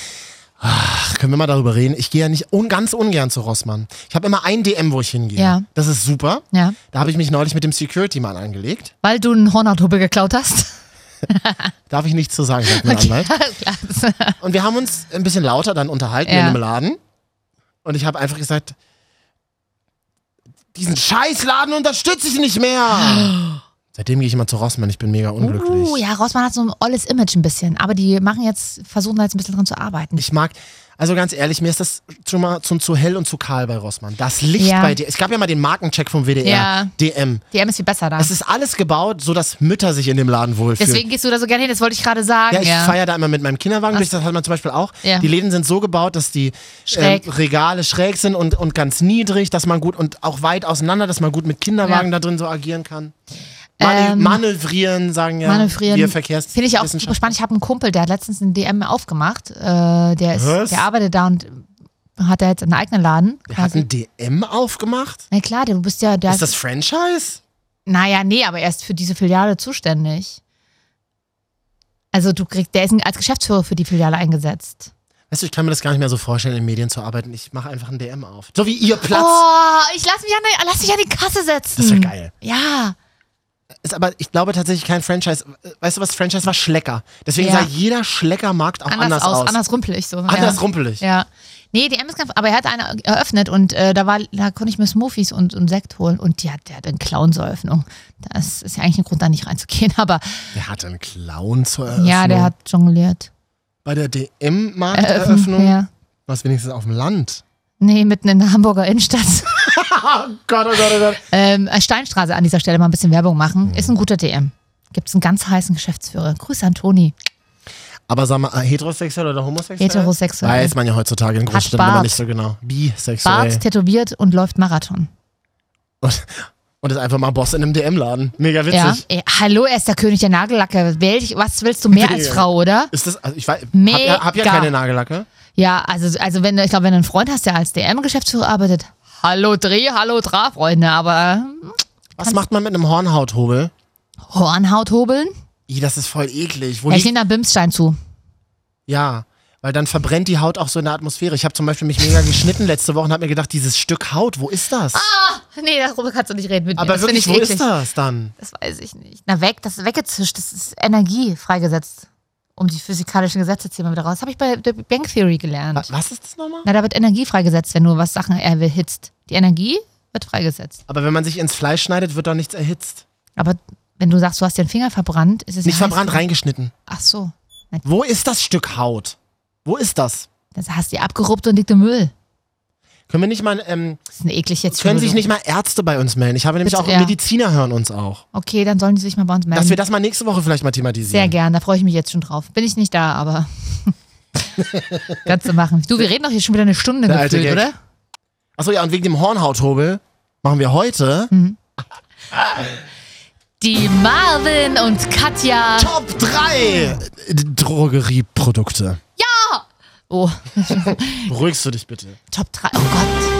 A: Ach, können wir mal darüber reden? Ich gehe ja nicht un, ganz ungern zu Rossmann. Ich habe immer ein DM, wo ich hingehe.
B: Ja.
A: Das ist super.
B: Ja,
A: Da habe ich mich neulich mit dem Security-Mann angelegt.
B: weil du einen Hornhauthobel geklaut hast.
A: Darf ich nichts zu sagen, sagt mein
B: <laughs>
A: Anwalt.
B: Klar, das-
A: Und wir haben uns ein bisschen lauter dann unterhalten
B: Ja.
A: in dem Laden. Und ich habe einfach gesagt, diesen Scheißladen unterstütze ich nicht mehr.
B: <gasps>
A: Seitdem gehe ich immer zu Rossmann. Ich bin mega unglücklich.
B: uh, ja, Rossmann hat so ein olles Image ein bisschen, aber die machen jetzt, versuchen da jetzt ein bisschen dran zu arbeiten.
A: Ich mag, also ganz ehrlich, mir ist das schon mal zum zu hell und zu kahl bei Rossmann. Das Licht
B: Ja.
A: bei dir. Es gab ja mal den Markencheck vom WDR,
B: Ja.
A: DM.
B: Die M ist viel besser da.
A: Es ist alles gebaut, sodass Mütter sich in dem Laden wohlfühlen.
B: Deswegen gehst du da so gerne hin, das wollte ich gerade sagen.
A: ja, ich feiere da immer mit meinem Kinderwagen durch. Das hat man zum Beispiel auch.
B: Ja.
A: Die Läden sind so gebaut, dass die ähm,
B: Schräg.
A: Regale schräg sind und, und ganz niedrig, dass man gut und auch weit auseinander, dass man gut mit Kinderwagen
B: Ja.
A: da drin so agieren kann. Mani-
B: Ähm,
A: manövrieren, sagen ja
B: Manövrieren.
A: wir Verkehrs.
B: Finde ich auch super spannend. Ich habe einen Kumpel, der hat letztens einen DM aufgemacht. Äh, der,
A: Was?
B: ist, der arbeitet da und hat da jetzt einen eigenen Laden.
A: Der hat ein DM aufgemacht?
B: Na klar, du bist ja der.
A: Ist das Franchise?
B: naja, nee, aber er ist für diese Filiale zuständig. Also du kriegst, der ist als Geschäftsführer für die Filiale eingesetzt.
A: Weißt du, ich kann mir das gar nicht mehr so vorstellen, in Medien zu arbeiten. Ich mache einfach ein DM auf. So wie ihr Platz.
B: Oh, ich lass mich, an die, lass mich an die Kasse setzen.
A: Das wär geil.
B: Ja.
A: Ist aber, ich glaube tatsächlich kein Franchise. Äh, Weißt du was? Franchise war Schlecker. Deswegen
B: Ja.
A: sah jeder Schleckermarkt auch
B: Anders,
A: anders,
B: aus,
A: aus.
B: anders rumpelig so.
A: Anders
B: ja.
A: rumpelig.
B: Ja. Nee, DM ist ganz, aber er hat eine eröffnet und äh, da war, da konnte ich mir Smoothies und, und Sekt holen und die hat, der hat einen Clown zur Eröffnung. Das ist ja eigentlich ein Grund, da nicht reinzugehen, aber
A: Der hatte einen Clown zur Eröffnung.
B: ja, der hat jongliert.
A: Bei der DM-Markteröffnung
B: Eröffnung. Ja.
A: was wenigstens auf dem Land.
B: Nee, mitten in der Hamburger Innenstadt.
A: Oh Gott, oh Gott, oh Gott.
B: ähm, Steinstraße an dieser Stelle mal ein bisschen Werbung
A: Mhm.
B: machen. Ist ein guter DM. Gibt's einen ganz heißen Geschäftsführer. Grüße an Toni.
A: Aber sag mal, äh, heterosexuell oder homosexuell?
B: Heterosexuell.
A: Weiß man ja heutzutage in Großstädten immer
B: Bart.
A: nicht so genau. Bisexuell.
B: Bart tätowiert und läuft Marathon.
A: Und ist einfach mal Boss in einem DM-Laden. Mega witzig.
B: Ja. Ey, hallo, er ist der König der Nagellacke. Welch, was willst du mehr als
A: Ja.
B: Frau, oder?
A: Ist das, also ich weiß, hab
B: Mega.
A: ja, hab ja keine ne? Nagellacke.
B: Ja, also, also wenn, du- ich glaube, wenn du einen Freund hast, der als DM-Geschäftsführer arbeitet, hallo Dreh, hallo Dra, Freunde, aber ähm,
A: Was macht man mit einem Hornhauthobel?
B: Hornhaut hobeln?
A: Ih, das ist voll eklig. Wo
B: Ja, ich
A: liegt-
B: nehme da Bimsstein zu.
A: ja, weil dann verbrennt die Haut auch so in der Atmosphäre. Ich habe zum Beispiel mich mega geschnitten letzte Woche und habe mir gedacht, dieses Stück Haut, wo ist das?
B: Nee, darüber kannst du nicht reden mit
A: Ah, Aber
B: mir. Ah, Das
A: wirklich,
B: finde ich
A: wo
B: eklig.
A: ist das dann?
B: Das weiß ich nicht. Na weg, das ist weggezischt, das ist Energie freigesetzt. Um die physikalischen Gesetze ziehen wir wieder raus. Habe ich bei der Bank Theory gelernt.
A: Ah, Wa- Was ist das nochmal?
B: Na, da wird Energie freigesetzt, wenn du was Sachen äh, erhitzt. Die Energie wird freigesetzt.
A: Aber wenn man sich ins Fleisch schneidet, wird doch nichts erhitzt.
B: Aber wenn du sagst, du hast den Finger verbrannt, ist es
A: Nicht
B: ja heiß
A: verbrannt,
B: genug.
A: reingeschnitten.
B: Ach so.
A: Wo ist das Stück Haut? Wo ist das?
B: Das hast du dir abgeruppt und liegt im Müll.
A: Können wir nicht mal, ähm,
B: Das ist eine eklig jetzt.
A: können sich
B: Entschuldigung.
A: nicht mal Ärzte bei uns melden? Ich habe nämlich
B: Bitte,
A: auch
B: ja.
A: Mediziner hören uns auch.
B: Okay, dann sollen die sich mal bei uns melden.
A: Dass wir das mal nächste Woche vielleicht mal
B: Sehr
A: thematisieren.
B: gern, da freue ich mich jetzt schon drauf. Bin ich nicht
A: <laughs>
B: da, aber kannst du machen. Du, wir reden doch hier schon wieder eine Stunde
A: Der alte
B: gefühlt,
A: Gag.
B: oder?
A: Achso, ja, und wegen dem Hornhauthobel machen wir heute
B: Die Marvin und Katja.
A: Top 3 Drogerieprodukte.
B: Oh,
A: Beruhigst du dich bitte.
B: Top 3. Oh Gott.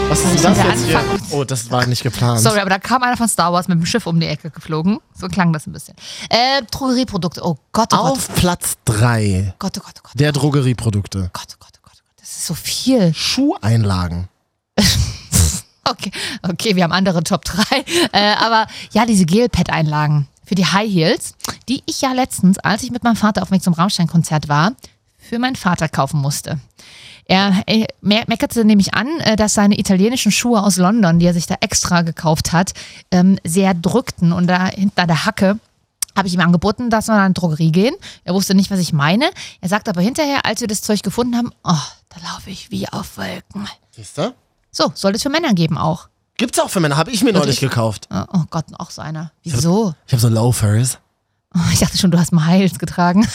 A: Was ist
B: Soll
A: das
B: ich wieder
A: jetzt hier?
B: anfangen?
A: Oh, das war nicht geplant.
B: Sorry, aber da kam einer von Star Wars mit dem Schiff um die Ecke geflogen. So klang das ein bisschen. Äh, Drogerieprodukte. Oh Gott, oh
A: Auf Platz 3
B: Gott, oh Gott, oh Gott, oh Gott,
A: der Drogerieprodukte.
B: oh Gott, oh Gott, oh Gott, oh Gott. Das ist so viel.
A: Schuheinlagen.
B: <laughs> Okay, okay, wir haben andere Top 3. Äh, aber ja, diese Gelpad-Einlagen für die High Heels, die ich ja letztens, als ich mit meinem Vater auf dem Weg zum Rammstein-Konzert war, für meinen Vater kaufen musste. Er äh, me- meckerte nämlich an, äh, dass seine italienischen Schuhe aus London, die er sich da extra gekauft hat, ähm, sehr drückten und da hinten an der Hacke habe ich ihm angeboten, dass wir in eine Drogerie gehen. Er wusste nicht, was ich meine. Er sagt aber hinterher, als wir das Zeug gefunden haben, oh, da laufe ich wie auf Wolken.
A: Siehst du?
B: So, soll es für Männer geben auch.
A: Gibt's auch für Männer, habe ich mir neulich
B: ich-
A: gekauft.
B: Oh, oh Gott, auch so einer. Wieso?
A: Ich habe so Loafers.
B: <laughs> Oh, ich dachte schon, du hast mal Heils getragen.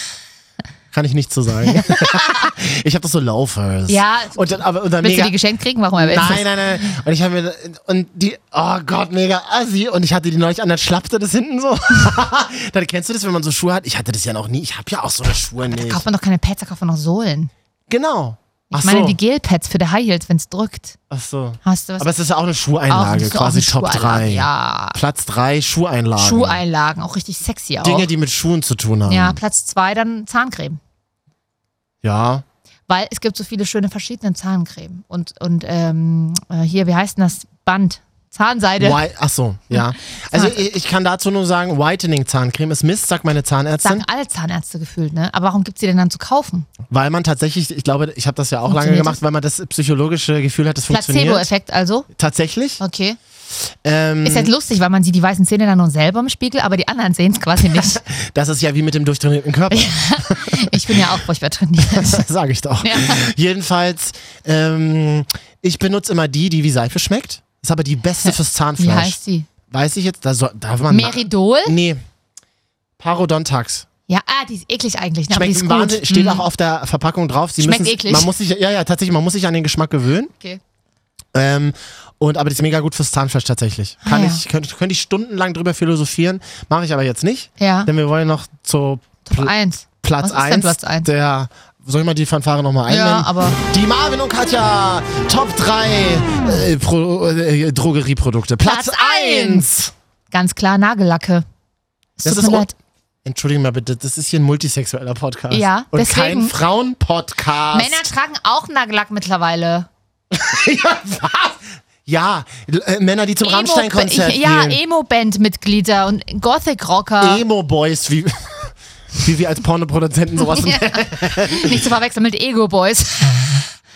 A: Kann ich nichts zu sagen. <laughs> ich habe das so Loafers.
B: Ja,
A: Und dann, aber, und dann
B: Willst
A: mega,
B: du die geschenkt kriegen? Warum erwähnst du
A: Nein, nein, nein. Und ich habe mir und die oh Gott, mega assi und ich hatte die neulich an, dann schlappte das hinten so. <laughs> dann kennst du das, wenn man so Schuhe hat? Ich hatte das ja noch nie. Ich habe ja auch so eine Schuhe
B: Da
A: nicht.
B: kauft man doch keine Pads, da kauft man noch Sohlen.
A: Genau. Ach
B: Ich meine
A: so.
B: die Gel-Pads für die High Heels, wenn es drückt.
A: Ach so.
B: Hast du was?
A: Aber es ist ja auch eine
B: Auch-
A: Schuheinlage,
B: das ist auch
A: quasi
B: eine
A: Top
B: Schuheinlage,
A: 3.
B: ja.
A: Platz 3 Schuheinlagen.
B: Schuheinlagen, auch richtig sexy auch.
A: Dinge, die mit Schuhen zu tun haben.
B: ja, Platz zwei dann Zahncreme.
A: Ja.
B: Weil es gibt so viele schöne verschiedene Zahncreme. Und, und ähm, äh, hier, wie heißt denn das? Band. Zahnseide.
A: Whi- Ach so, ja. Also ich, ich kann dazu nur sagen, Whitening Zahncreme ist Mist, sagt meine Zahnärztin,
B: Sagen alle Zahnärzte gefühlt, ne? Aber warum gibt's die denn dann zu kaufen?
A: weil man tatsächlich, ich glaube, ich habe das ja auch lange
B: Funktioniert
A: gemacht, weil man das psychologische Gefühl hat, das funktioniert.
B: Placebo-Effekt also?
A: Tatsächlich.
B: Okay.
A: Ähm,
B: Ist halt lustig, weil man sieht die weißen Zähne dann nur selber im Spiegel, aber die anderen sehen es
A: <laughs>
B: quasi nicht.
A: das ist ja wie mit dem durchtrainierten Körper, <laughs>
B: Ich bin ja auch furchtbar trainiert.
A: sage ich doch.
B: Ja.
A: Jedenfalls, ähm, ich benutze immer die, die wie Seife schmeckt. Ist aber die beste fürs
B: Wie
A: Zahnfleisch.
B: heißt die?
A: Weiß ich jetzt, da soll, darf man. na-
B: Meridol?
A: Nee. Parodontax.
B: Ja, ah, die ist eklig eigentlich, ne? aber die
A: Schmeckt
B: ist
A: Wahnsinn,
B: gut.
A: steht
B: Mm,
A: auch auf der Verpackung drauf. Sie
B: Schmeckt
A: müssen,
B: eklig.
A: Man muss sich, ja, ja, tatsächlich, man muss sich an den Geschmack gewöhnen.
B: Okay.
A: Ähm, und aber das ist mega gut fürs Zahnfleisch tatsächlich. Kann
B: Ah, ja.
A: ich, könnte, könnte ich stundenlang drüber philosophieren, mache ich aber jetzt nicht.
B: Ja.
A: Denn wir wollen noch zu
B: Top
A: Pl-
B: 1.
A: Platz
B: Was ist denn
A: 1
B: Platz 1?
A: der. Soll ich mal die Fanfare nochmal einnehmen?
B: Ja, aber-
A: Die Marvin und Katja, Top 3 äh, Pro, äh, Drogerieprodukte. Platz
B: Platz eins.
A: 1!
B: Ganz klar Nagellacke. Es
A: Das
B: tut
A: ist
B: mir
A: un-
B: leid.
A: Entschuldigung mal bitte, das ist hier ein multisexueller Podcast.
B: Ja,
A: Und
B: deswegen-
A: kein Frauen-Podcast.
B: Männer tragen auch Nagellack mittlerweile.
A: Ja, was? Ja, äh, Männer, die zum Rammstein-Konzert
B: ich, ja,
A: gehen.
B: Emo-Band-Mitglieder und Gothic-Rocker.
A: Emo-Boys, wie, <laughs> wie wir als Pornoproduzenten
B: <laughs>
A: sowas nennen.
B: Nicht zu verwechseln mit Ego-Boys. <laughs>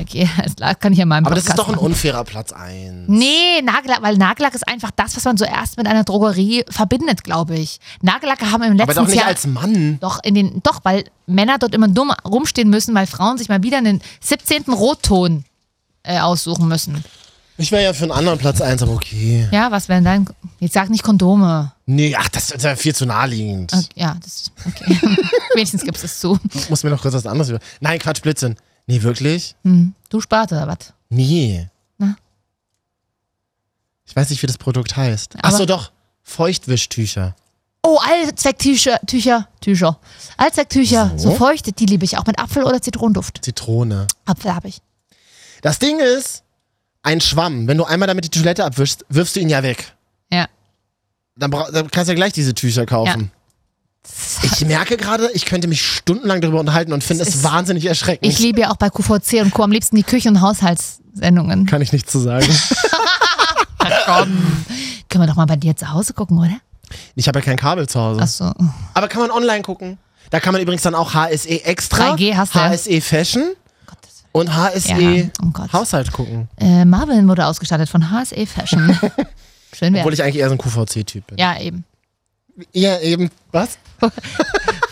B: okay, alles klar, kann ich ja mal
A: Aber das ist doch ein
B: machen.
A: unfairer Platz ein.
B: Nee, Nagellack, weil Nagellack ist einfach das, was man zuerst mit einer Drogerie verbindet, glaube ich. Nagellacke haben im
A: Aber
B: letzten
A: doch nicht
B: Jahr
A: als Mann.
B: Doch, in den, doch, weil Männer dort immer dumm rumstehen müssen, weil Frauen sich mal wieder einen 17. Rotton äh, aussuchen müssen.
A: Ich wäre ja für einen anderen Platz eins, aber okay.
B: Ja, was wären dann? Jetzt sag nicht Kondome.
A: Nee, ach, das ist ja viel zu naheliegend.
B: Äh, Ja, das okay. <laughs> Wenigstens gibst du es zu.
A: Ich muss mir noch kurz was anderes über. Nein, Quatsch, Blödsinn. Nee, wirklich?
B: Hm. Du spart oder was?
A: Nee.
B: Hm. Na?
A: Ich weiß nicht, wie das Produkt heißt. Ach
B: Aber-
A: so, doch. Feuchtwischtücher.
B: Oh, Allzwecktücher, Tücher, Tücher. Allzwecktücher, so.
A: So.
B: so feuchte, die liebe ich auch mit Apfel oder Zitronenduft.
A: Zitrone.
B: Apfel habe ich.
A: Das Ding ist, ein Schwamm, wenn du einmal damit die Toilette abwischst, wirfst du ihn ja weg.
B: Ja.
A: Dann, bra- dann kannst du ja gleich diese Tücher kaufen. Ich merke gerade, ich könnte mich stundenlang darüber unterhalten und finde
B: Es
A: es
B: ist-
A: wahnsinnig erschreckend.
B: Ich liebe ja auch bei QVC und Co. am liebsten die Küche- und Haushaltssendungen.
A: Kann ich nichts zu
B: <laughs>
A: sagen.
B: Können wir doch mal bei dir zu Hause gucken, oder?
A: ich habe ja kein Kabel zu Hause.
B: Achso.
A: Aber kann man online gucken. Da kann man übrigens dann auch HSE Extra,
B: 3G hast du ja.
A: HSE Fashion und HSE
B: Ja, oh Gott.
A: Haushalt gucken.
B: Äh, Marvin wurde ausgestattet von
A: <laughs>
B: HSE Fashion. Schön
A: Obwohl
B: wär's.
A: ich eigentlich eher so ein QVC-Typ bin.
B: Ja, eben.
A: Ja, eben. Was?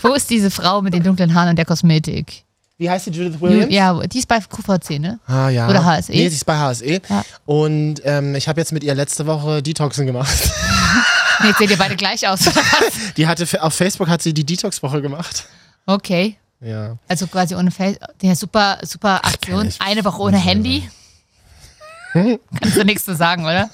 B: Wo ist diese Frau mit den dunklen Haaren und der Kosmetik?
A: Wie heißt die Judith
B: Ju-
A: Williams?
B: Ja, die ist bei QVC, ne?
A: Ah, ja.
B: Oder HSE?
A: Nee, sie ist bei HSE.
B: Ja.
A: Und ähm, ich habe jetzt mit ihr letzte Woche Detoxen gemacht. <laughs>
B: Nee, Jetzt seht ihr beide gleich aus.
A: Die hatte fe- auf Facebook hat sie die Detox-Woche gemacht.
B: Okay.
A: Ja.
B: Also quasi ohne Face. Ja, super, super Aktion.
A: ich-
B: Eine Woche ohne Handy. Hm? Kannst du nichts zu sagen, oder?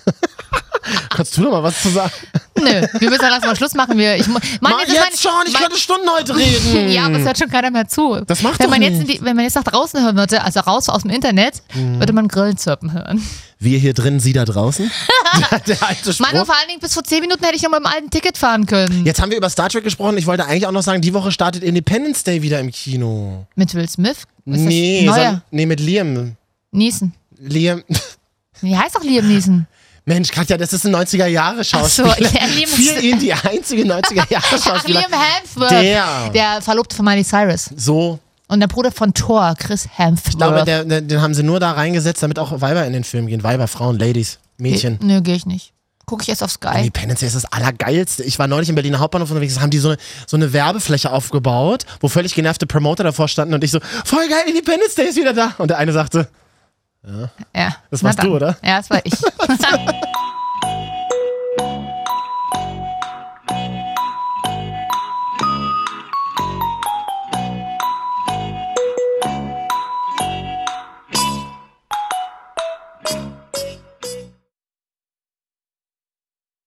A: Kannst du noch mal was zu sagen?
B: Nö, wir müssen doch erstmal Schluss machen. Wir, ich, mu- Mann,
A: Mach
B: ist
A: jetzt
B: meine-
A: schon, ich
B: mein-
A: könnte Stunden
B: <laughs>
A: heute reden.
B: Ja, aber es hört schon keiner mehr zu.
A: Hm. Das macht
B: wenn
A: doch
B: man jetzt in
A: nichts.
B: die, Wenn man jetzt nach draußen hören würde, also raus aus dem Internet,
A: Hm.
B: würde man Grillen zirpen hören.
A: Wir hier drin, sie da
B: <laughs>
A: draußen. <laughs> Der- Der alte
B: Mann, und
A: Spruch.
B: vor allen Dingen bis vor 10 Minuten hätte ich noch mit dem alten Ticket fahren können.
A: Jetzt haben wir über Star Trek gesprochen. Ich wollte eigentlich auch noch sagen, die Woche startet Independence Day wieder im Kino.
B: Mit Will Smith? Ist das
A: nee,
B: neuer?
A: sondern- nee, mit Liam.
B: Niesen.
A: Liam. <laughs>
B: Wie heißt doch Liam Niesen?
A: Mensch, Katja, das ist ein 90er-Jahre-Schauspieler.
B: Ach so, ja, Liam ist-
A: Für ihn die
B: <laughs>
A: einzige 90er-Jahre-Schauspieler.
B: Liam Hemsworth.
A: Der.
B: Der Verlobte von Miley Cyrus.
A: So
B: Und der Bruder von Thor, Chris Hemsworth.
A: Ich glaube, der, der, den haben sie nur da reingesetzt, damit auch Weiber in den Film gehen. Weiber, Frauen, Ladies, Mädchen.
B: Nö, gehe ich nicht. Gucke ich erst auf Sky.
A: Independence Day ist das Allergeilste. Ich war neulich im Berliner Hauptbahnhof unterwegs, da haben die so eine, so eine Werbefläche aufgebaut, wo völlig genervte Promoter davor standen und ich so, voll geil, Independence Day ist wieder da. Und der eine sagte,
B: Ja.
A: Das
B: Na
A: warst <laughs>
B: dann.
A: du, oder?
B: Ja, das war ich.